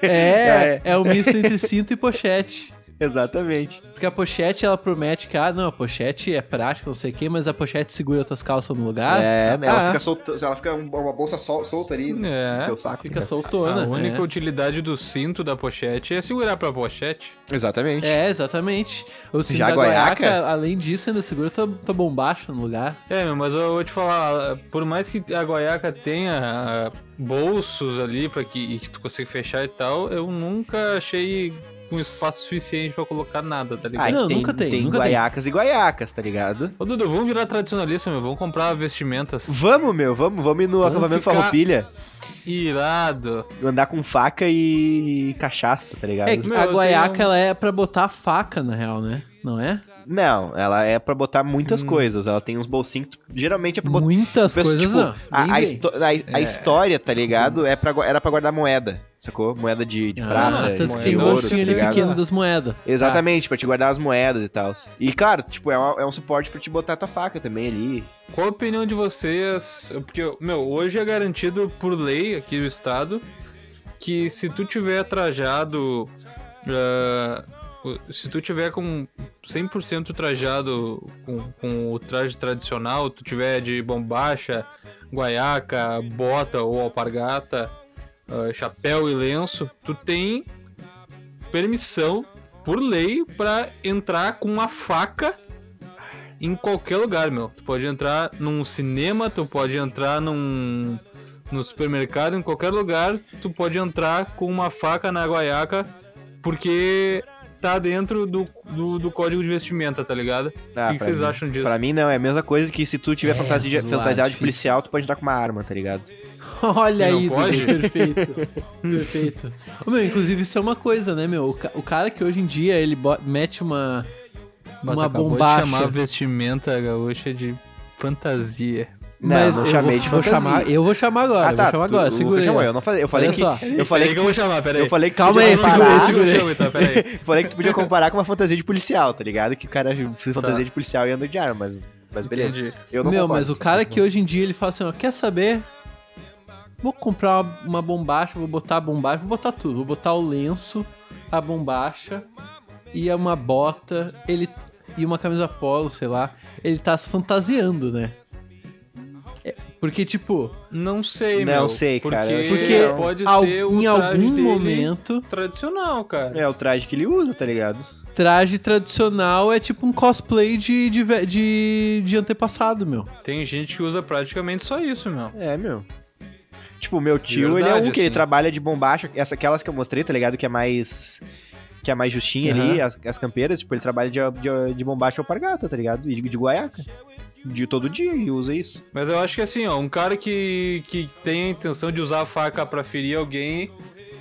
Speaker 1: É,
Speaker 2: É.
Speaker 1: é o misto entre cinto e pochete.
Speaker 2: Exatamente.
Speaker 1: Porque a pochete, ela promete que, ah, não, a pochete é prática, não sei o quê, mas a pochete segura tuas calças no lugar.
Speaker 2: é, né? Ela
Speaker 1: ah.
Speaker 2: fica solta, ela fica um- uma bolsa sol- solta ali no
Speaker 3: É,
Speaker 2: teu saco.
Speaker 1: Fica
Speaker 2: né?
Speaker 1: soltona.
Speaker 3: A única
Speaker 1: é.
Speaker 3: utilidade do cinto da pochete é segurar pra pochete.
Speaker 2: Exatamente.
Speaker 1: É, exatamente. O cinto
Speaker 2: Já
Speaker 1: da
Speaker 2: a guaiaca?
Speaker 1: guaiaca, além disso, ainda segura tua, tua bombacha no lugar.
Speaker 3: É, meu, mas eu vou te falar, por mais que a guaiaca tenha ah, bolsos ali para que, e que tu consiga fechar e tal, eu nunca achei um espaço suficiente pra colocar nada, tá ligado?
Speaker 1: Ai. É, Não,
Speaker 2: Ah, é que
Speaker 1: nunca tem,
Speaker 2: Tem
Speaker 1: nunca tem.
Speaker 2: guaiacas e guaiacas, tá ligado?
Speaker 3: Ô, Dudu, vamos virar tradicionalista, meu, vamos comprar vestimentas.
Speaker 2: Vamos, meu, vamos, vamos ir no
Speaker 3: Vamos
Speaker 2: acampamento
Speaker 3: ficar-
Speaker 2: Farroupilha,
Speaker 3: Irado.
Speaker 2: andar com faca e cachaça, tá ligado?
Speaker 1: É,
Speaker 3: Meu,
Speaker 1: a
Speaker 3: eu
Speaker 1: guaiaca,
Speaker 3: tenho-
Speaker 1: ela é pra botar a faca, na real, né? Não é?
Speaker 2: Não, ela é pra botar muitas coisas. Ela tem uns bolsinhos. que tu- Geralmente é pra botar.
Speaker 1: Hum. Muitas
Speaker 2: Pensa,
Speaker 1: coisas,
Speaker 2: tipo,
Speaker 1: não. É.
Speaker 2: A,
Speaker 1: Bem,
Speaker 2: a
Speaker 1: bem.
Speaker 2: histo- a- a história, tá ligado? É pra, gua- era pra guardar moeda, sacou? Moeda de, de
Speaker 1: Ah,
Speaker 2: prata,
Speaker 1: tanto que
Speaker 2: de
Speaker 1: tem um
Speaker 2: ouro, tá
Speaker 1: bolsinho ali
Speaker 2: ligado?
Speaker 1: pequeno das
Speaker 3: Tá.
Speaker 1: moedas.
Speaker 2: Exatamente, pra te guardar as moedas e tal. E claro, tipo, é, uma- é um suporte pra te botar tua faca também ali.
Speaker 3: Qual a opinião de vocês? Porque, meu, hoje é garantido por lei aqui do estado que se tu tiver trajado. ah, o- se tu tiver com 100% trajado com, com o traje tradicional, tu tiver de bombacha, guaiaca, bota ou alpargata, ah, chapéu e lenço, tu tem permissão por lei pra entrar com uma faca em qualquer lugar, meu. Tu pode entrar num cinema, tu pode entrar num no supermercado, em qualquer lugar, tu pode entrar com uma faca na guaiaca, porque tá dentro do, do, do código de vestimenta, tá ligado?
Speaker 2: Ah,
Speaker 3: o que
Speaker 2: pra
Speaker 3: que vocês
Speaker 2: mim-
Speaker 3: acham disso?
Speaker 2: Pra mim, não. É a mesma coisa que se tu tiver
Speaker 1: É,
Speaker 2: fantasia,
Speaker 1: zoado,
Speaker 2: fantasiado de
Speaker 1: difícil.
Speaker 2: policial, tu pode entrar com uma arma, tá ligado?
Speaker 1: Olha
Speaker 3: Não
Speaker 1: aí,
Speaker 3: pode?
Speaker 1: Dudu, perfeito. perfeito. Ô, meu, inclusive, isso é uma coisa, né, meu? O, ca- o cara que hoje em dia ele bo- mete uma.
Speaker 3: Mas
Speaker 1: uma
Speaker 3: acabou de
Speaker 1: bombacha.
Speaker 3: chamar a vestimenta gaúcha de fantasia.
Speaker 2: Não,
Speaker 1: Mas
Speaker 2: não
Speaker 1: eu
Speaker 2: chamei
Speaker 1: vou,
Speaker 2: de
Speaker 1: vou
Speaker 2: fantasia. Ah, tá,
Speaker 1: chamar, Eu vou chamar agora, eu vou chamar
Speaker 2: tu-
Speaker 1: agora,
Speaker 2: tu-
Speaker 1: segura aí.
Speaker 2: chamou,
Speaker 1: ó.
Speaker 2: Eu não falei, eu falei
Speaker 1: Olha
Speaker 2: que.
Speaker 1: só.
Speaker 2: Eu falei
Speaker 3: Peraí
Speaker 2: que.
Speaker 3: eu vou chamar, peraí.
Speaker 2: Eu falei que
Speaker 1: Calma
Speaker 2: podia
Speaker 1: aí, segura aí,
Speaker 2: comparar-
Speaker 1: segura aí.
Speaker 3: Então, peraí.
Speaker 2: Falei que tu podia comparar com uma fantasia de policial, tá ligado? Que o cara se fantasia de policial e anda de arma, mas, mas beleza.
Speaker 3: Entendi.
Speaker 2: Eu não
Speaker 1: Meu,
Speaker 2: concordo.
Speaker 1: mas o cara que hoje em dia ele fala assim, ó, quer saber? Vou comprar uma, uma bombacha, vou botar a bombacha, vou botar tudo, vou botar o lenço, a bombacha e é uma bota, ele e uma camisa polo, sei lá. Ele tá se fantasiando, né? É, Porque, tipo,
Speaker 3: Não sei,
Speaker 2: Não
Speaker 3: meu.
Speaker 2: sei, cara.
Speaker 3: Porque,
Speaker 1: Porque
Speaker 3: É, pode
Speaker 2: é
Speaker 1: al-
Speaker 2: um
Speaker 3: ser o
Speaker 1: em
Speaker 3: traje
Speaker 1: algum
Speaker 3: dele
Speaker 1: momento,
Speaker 3: tradicional, cara.
Speaker 2: É o traje que ele usa, tá ligado?
Speaker 1: traje tradicional é tipo um cosplay de, de, ve- de, de antepassado, meu.
Speaker 3: Tem gente que usa praticamente só isso, meu.
Speaker 2: É, meu. Tipo, o meu tio,
Speaker 3: Verdade,
Speaker 2: ele é um que ele
Speaker 3: assim.
Speaker 2: trabalha de bombacha, essa, aquelas que eu mostrei, tá ligado? Que é mais. Que é mais justinha ali, as, as campeiras, tipo, ele trabalha de, de, de bombacha alpargata, tá ligado? E de, de guaiaca. De todo dia e usa isso.
Speaker 3: Mas eu acho que assim, ó, um cara que, que tem a intenção de usar a faca pra ferir alguém,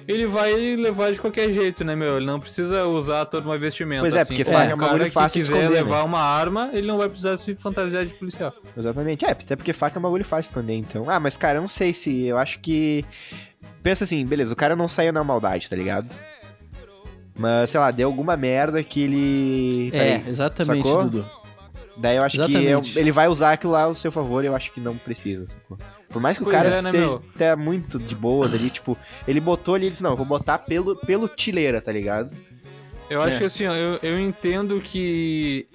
Speaker 3: ele vai levar de qualquer jeito, né, meu? Ele não precisa usar toda uma vestimenta.
Speaker 2: Pois é,
Speaker 3: assim.
Speaker 2: porque
Speaker 3: Agora,
Speaker 1: faca é
Speaker 2: um
Speaker 3: um
Speaker 2: bagulho
Speaker 3: cara que
Speaker 2: fácil de
Speaker 3: quiser
Speaker 2: esconder, né?
Speaker 3: levar uma arma, ele não vai precisar se fantasiar de policial.
Speaker 2: Exatamente. É, até porque faca é um bagulho fácil esconder, então. Ah, mas cara, eu não sei se. Eu acho que. Pensa assim, beleza, o cara não saiu na maldade, tá ligado? Mas, sei lá, deu alguma merda que ele.
Speaker 1: É,
Speaker 2: Peraí.
Speaker 1: exatamente,
Speaker 2: tá sacou?
Speaker 1: Dudu.
Speaker 2: Daí eu acho que
Speaker 1: Exatamente.
Speaker 2: eu- ele vai usar aquilo lá ao seu favor, eu acho que não precisa. sacou? Por mais que
Speaker 3: Pois
Speaker 2: o cara
Speaker 3: é, né,
Speaker 2: seja
Speaker 3: meu?
Speaker 2: até muito de boas ali, tipo, ele botou ali e disse, não, eu vou botar pelo, pelo tileira, tá ligado?
Speaker 3: Eu acho
Speaker 1: É.
Speaker 3: que assim, ó, eu, eu entendo que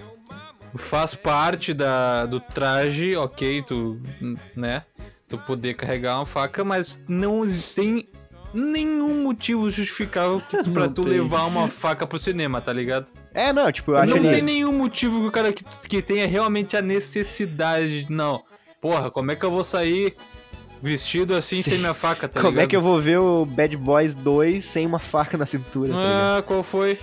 Speaker 3: faz parte da, do traje, ok, tu, né, tu poder carregar uma faca, mas não exi- tem nenhum motivo justificável que tu- pra
Speaker 1: Não
Speaker 3: tu
Speaker 1: tem.
Speaker 3: levar uma faca pro cinema, tá ligado?
Speaker 2: É, não, tipo, eu acho
Speaker 3: não
Speaker 2: ele.
Speaker 3: tem nenhum motivo que o cara que, que tenha realmente a necessidade, não. Porra, como é que eu vou sair vestido assim sem minha faca, tá
Speaker 2: Como
Speaker 3: ligado?
Speaker 2: é que eu vou ver o Bad Boys 2 sem uma faca na cintura, tá ligado?
Speaker 3: Ah, qual foi?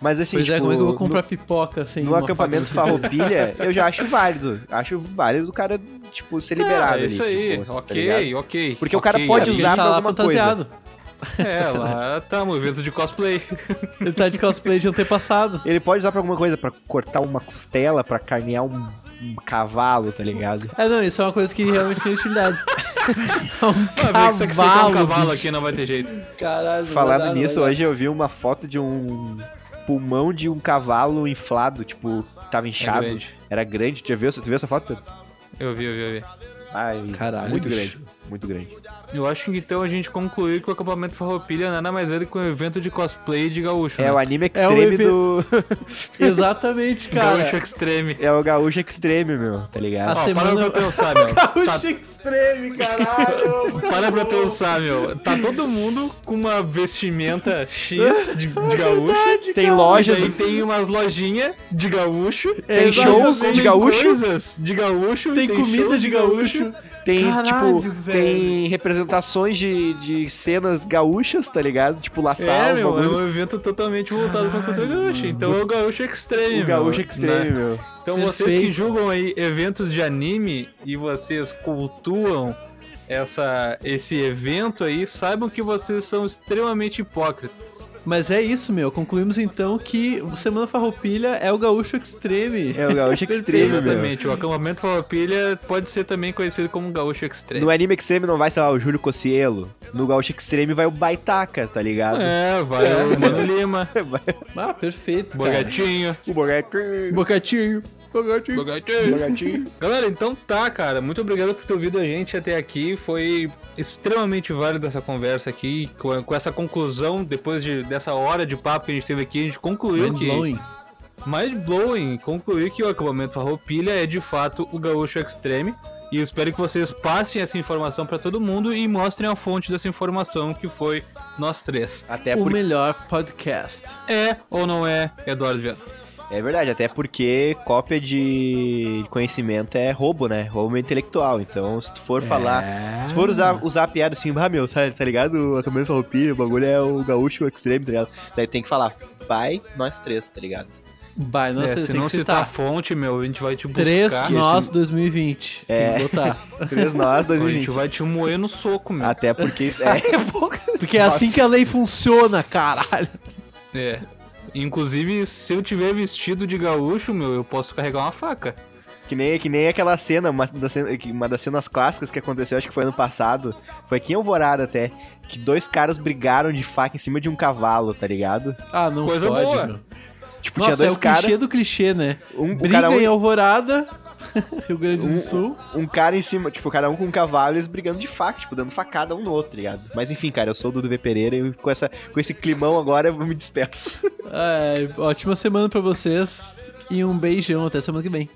Speaker 2: Mas assim,
Speaker 1: pois é,
Speaker 2: tipo,
Speaker 1: como é que eu vou
Speaker 2: no-
Speaker 1: comprar pipoca sem
Speaker 2: No
Speaker 1: uma faca
Speaker 2: acampamento
Speaker 1: no cinturão?
Speaker 2: Farroupilha, eu já acho válido. Acho válido o cara, tipo, ser liberado
Speaker 3: Ah,
Speaker 2: ali.
Speaker 3: isso
Speaker 2: com
Speaker 3: aí,
Speaker 2: o bolso, tá ligado?
Speaker 3: ok, ok.
Speaker 2: Porque o cara
Speaker 3: ok,
Speaker 2: pode
Speaker 1: É,
Speaker 3: ok.
Speaker 1: porque
Speaker 2: usar
Speaker 1: ele
Speaker 2: pra
Speaker 1: tá lá
Speaker 2: alguma coisa.
Speaker 1: fantasiado.
Speaker 3: É, lá tá um evento de cosplay.
Speaker 1: Ele tá de cosplay de antepassado.
Speaker 2: Ele pode usar pra alguma coisa, pra cortar uma costela, pra carnear um, um cavalo, tá ligado?
Speaker 1: É, não, isso é uma coisa que realmente tem utilidade. É um
Speaker 3: Ah, vai que sacrificar um cavalo
Speaker 1: bicho.
Speaker 3: aqui não vai ter jeito.
Speaker 1: Caralho, vai
Speaker 2: Falando
Speaker 1: dar, não
Speaker 2: nisso,
Speaker 1: vai
Speaker 2: hoje eu vi uma foto de um pulmão de um cavalo inflado, tipo, tava inchado.
Speaker 3: grande.
Speaker 2: Era grande. Já viu, tu viu essa foto? Pedro?
Speaker 3: Eu vi, eu vi, eu vi.
Speaker 2: Ai,
Speaker 1: Caralho,
Speaker 2: muito
Speaker 1: bicho.
Speaker 2: grande. Muito grande.
Speaker 3: Eu acho que então a gente concluiu que o acampamento Farroupilha nada mais é do que um evento de cosplay de gaúcho.
Speaker 2: É
Speaker 3: né?
Speaker 2: o anime
Speaker 1: É o
Speaker 2: extreme do.
Speaker 1: dar. Exatamente,
Speaker 3: Gaúcho
Speaker 1: cara.
Speaker 3: extreme.
Speaker 2: é o gaúcho extreme, meu, tá ligado?
Speaker 1: A
Speaker 3: Ó,
Speaker 1: semana-
Speaker 3: Para pra pensar, meu. Tá-
Speaker 1: Gaúcho extreme, caralho.
Speaker 3: para pra pensar, meu. Tá todo mundo com uma vestimenta X de, de
Speaker 1: É
Speaker 3: gaúcho.
Speaker 2: Tem
Speaker 3: Hoje
Speaker 2: lojas.
Speaker 3: aí tem umas lojinhas de gaúcho.
Speaker 1: Tem
Speaker 2: shows de
Speaker 3: tem
Speaker 2: gaúcho.
Speaker 3: coisas de gaúcho.
Speaker 1: Tem comida
Speaker 3: shows
Speaker 1: de gaúcho.
Speaker 2: Tem,
Speaker 1: Caralho,
Speaker 2: tipo,
Speaker 1: velho.
Speaker 2: tem representações de, de cenas gaúchas, tá ligado? Tipo, laçal,
Speaker 3: É, meu,
Speaker 2: bagulho.
Speaker 3: é um evento totalmente voltado pra cultura gaúcha. Então é o gaúcho extreme,
Speaker 2: o
Speaker 3: meu,
Speaker 2: gaúcho
Speaker 3: né?
Speaker 2: extreme, meu.
Speaker 3: Então
Speaker 1: Perfeito.
Speaker 3: vocês que julgam aí eventos de anime e vocês cultuam essa, esse evento aí, saibam que vocês são extremamente hipócritas.
Speaker 1: Mas é isso, meu. Concluímos então que Semana Farroupilha é o Gaúcho Extreme.
Speaker 2: É o Gaúcho Extreme, meu.
Speaker 3: Exatamente, o acampamento Farroupilha pode ser também conhecido como Gaúcho
Speaker 2: No
Speaker 3: Extreme.
Speaker 2: anime Extreme não vai, sei lá, o Júlio Cocielo. No Gaúcho Extreme vai o Baitaca, tá ligado?
Speaker 3: É, vai o Mano Lima,
Speaker 2: Vai
Speaker 1: Ah, perfeito. cara.
Speaker 3: Bogatinho,
Speaker 2: o Bogatinho.
Speaker 1: Bocatinho. Bocatinho.
Speaker 3: Bogatinho.
Speaker 2: Bogatinho.
Speaker 3: Galera, então tá, cara. Muito obrigado por ter ouvido a gente até aqui. Foi extremamente válido essa conversa aqui. Com, com essa conclusão, depois de- dessa hora de papo que a gente teve aqui, a gente concluiu
Speaker 1: Mind
Speaker 3: que.
Speaker 1: blowing.
Speaker 3: Mind blowing! Concluiu que o acampamento Farroupilha é de fato o Gaúcho Extreme. E eu espero que vocês passem essa informação pra todo mundo e mostrem a fonte dessa informação que foi nós três.
Speaker 2: Até
Speaker 1: o
Speaker 2: porque.
Speaker 1: melhor podcast.
Speaker 3: É ou não é, Eduardo Viana?
Speaker 2: É verdade, até porque cópia de conhecimento é roubo, né? Roubo intelectual. Então, se tu for falar. Se for usar, usar a piada assim, ah, meu, tá, tá ligado? A câmera farroupilha, o bagulho é o gaúcho extreme, tá ligado? Daí tem que falar, vai nós três, tá ligado?
Speaker 1: Vai, nós
Speaker 3: É,
Speaker 1: três
Speaker 3: se
Speaker 1: tem
Speaker 3: não
Speaker 1: que
Speaker 3: citar a
Speaker 1: citar.
Speaker 3: fonte, meu, a gente vai te buscar.
Speaker 1: Três nós
Speaker 2: esse-
Speaker 1: 2020.
Speaker 2: É.
Speaker 1: Tem que botar.
Speaker 2: Três nós,
Speaker 3: A gente
Speaker 2: 2020.
Speaker 3: vai né? te moer no soco, meu.
Speaker 2: Até porque isso é pouco.
Speaker 1: Porque é assim que a lei funciona, caralho.
Speaker 3: É. Inclusive, se eu tiver vestido de gaúcho, meu, eu posso carregar uma faca.
Speaker 2: Que nem, que nem aquela cena uma, das cena- que- uma das cenas clássicas que aconteceu, acho que foi ano passado. Foi aqui em Alvorada até. Que dois caras brigaram de faca em cima de um cavalo, tá ligado?
Speaker 1: Ah, não
Speaker 3: Coisa
Speaker 1: pode,
Speaker 3: boa.
Speaker 1: meu.
Speaker 2: Tipo,
Speaker 1: Nossa,
Speaker 2: tinha dois
Speaker 1: é o clichê
Speaker 2: caras.
Speaker 1: do clichê, né?
Speaker 2: Um, o
Speaker 1: Briga
Speaker 2: cara, um,
Speaker 1: em Alvorada, Rio Grande do
Speaker 2: Um-
Speaker 1: Sul.
Speaker 2: um cara em cima, tipo, cada um com um cavalo e eles brigando de faca, tipo, dando facada um no outro, tá ligado? Mas enfim, cara, eu sou o Dudu V. Pereira e com, essa, com esse climão agora eu me despeço.
Speaker 1: É, ótima semana pra vocês e um beijão. Até semana que vem.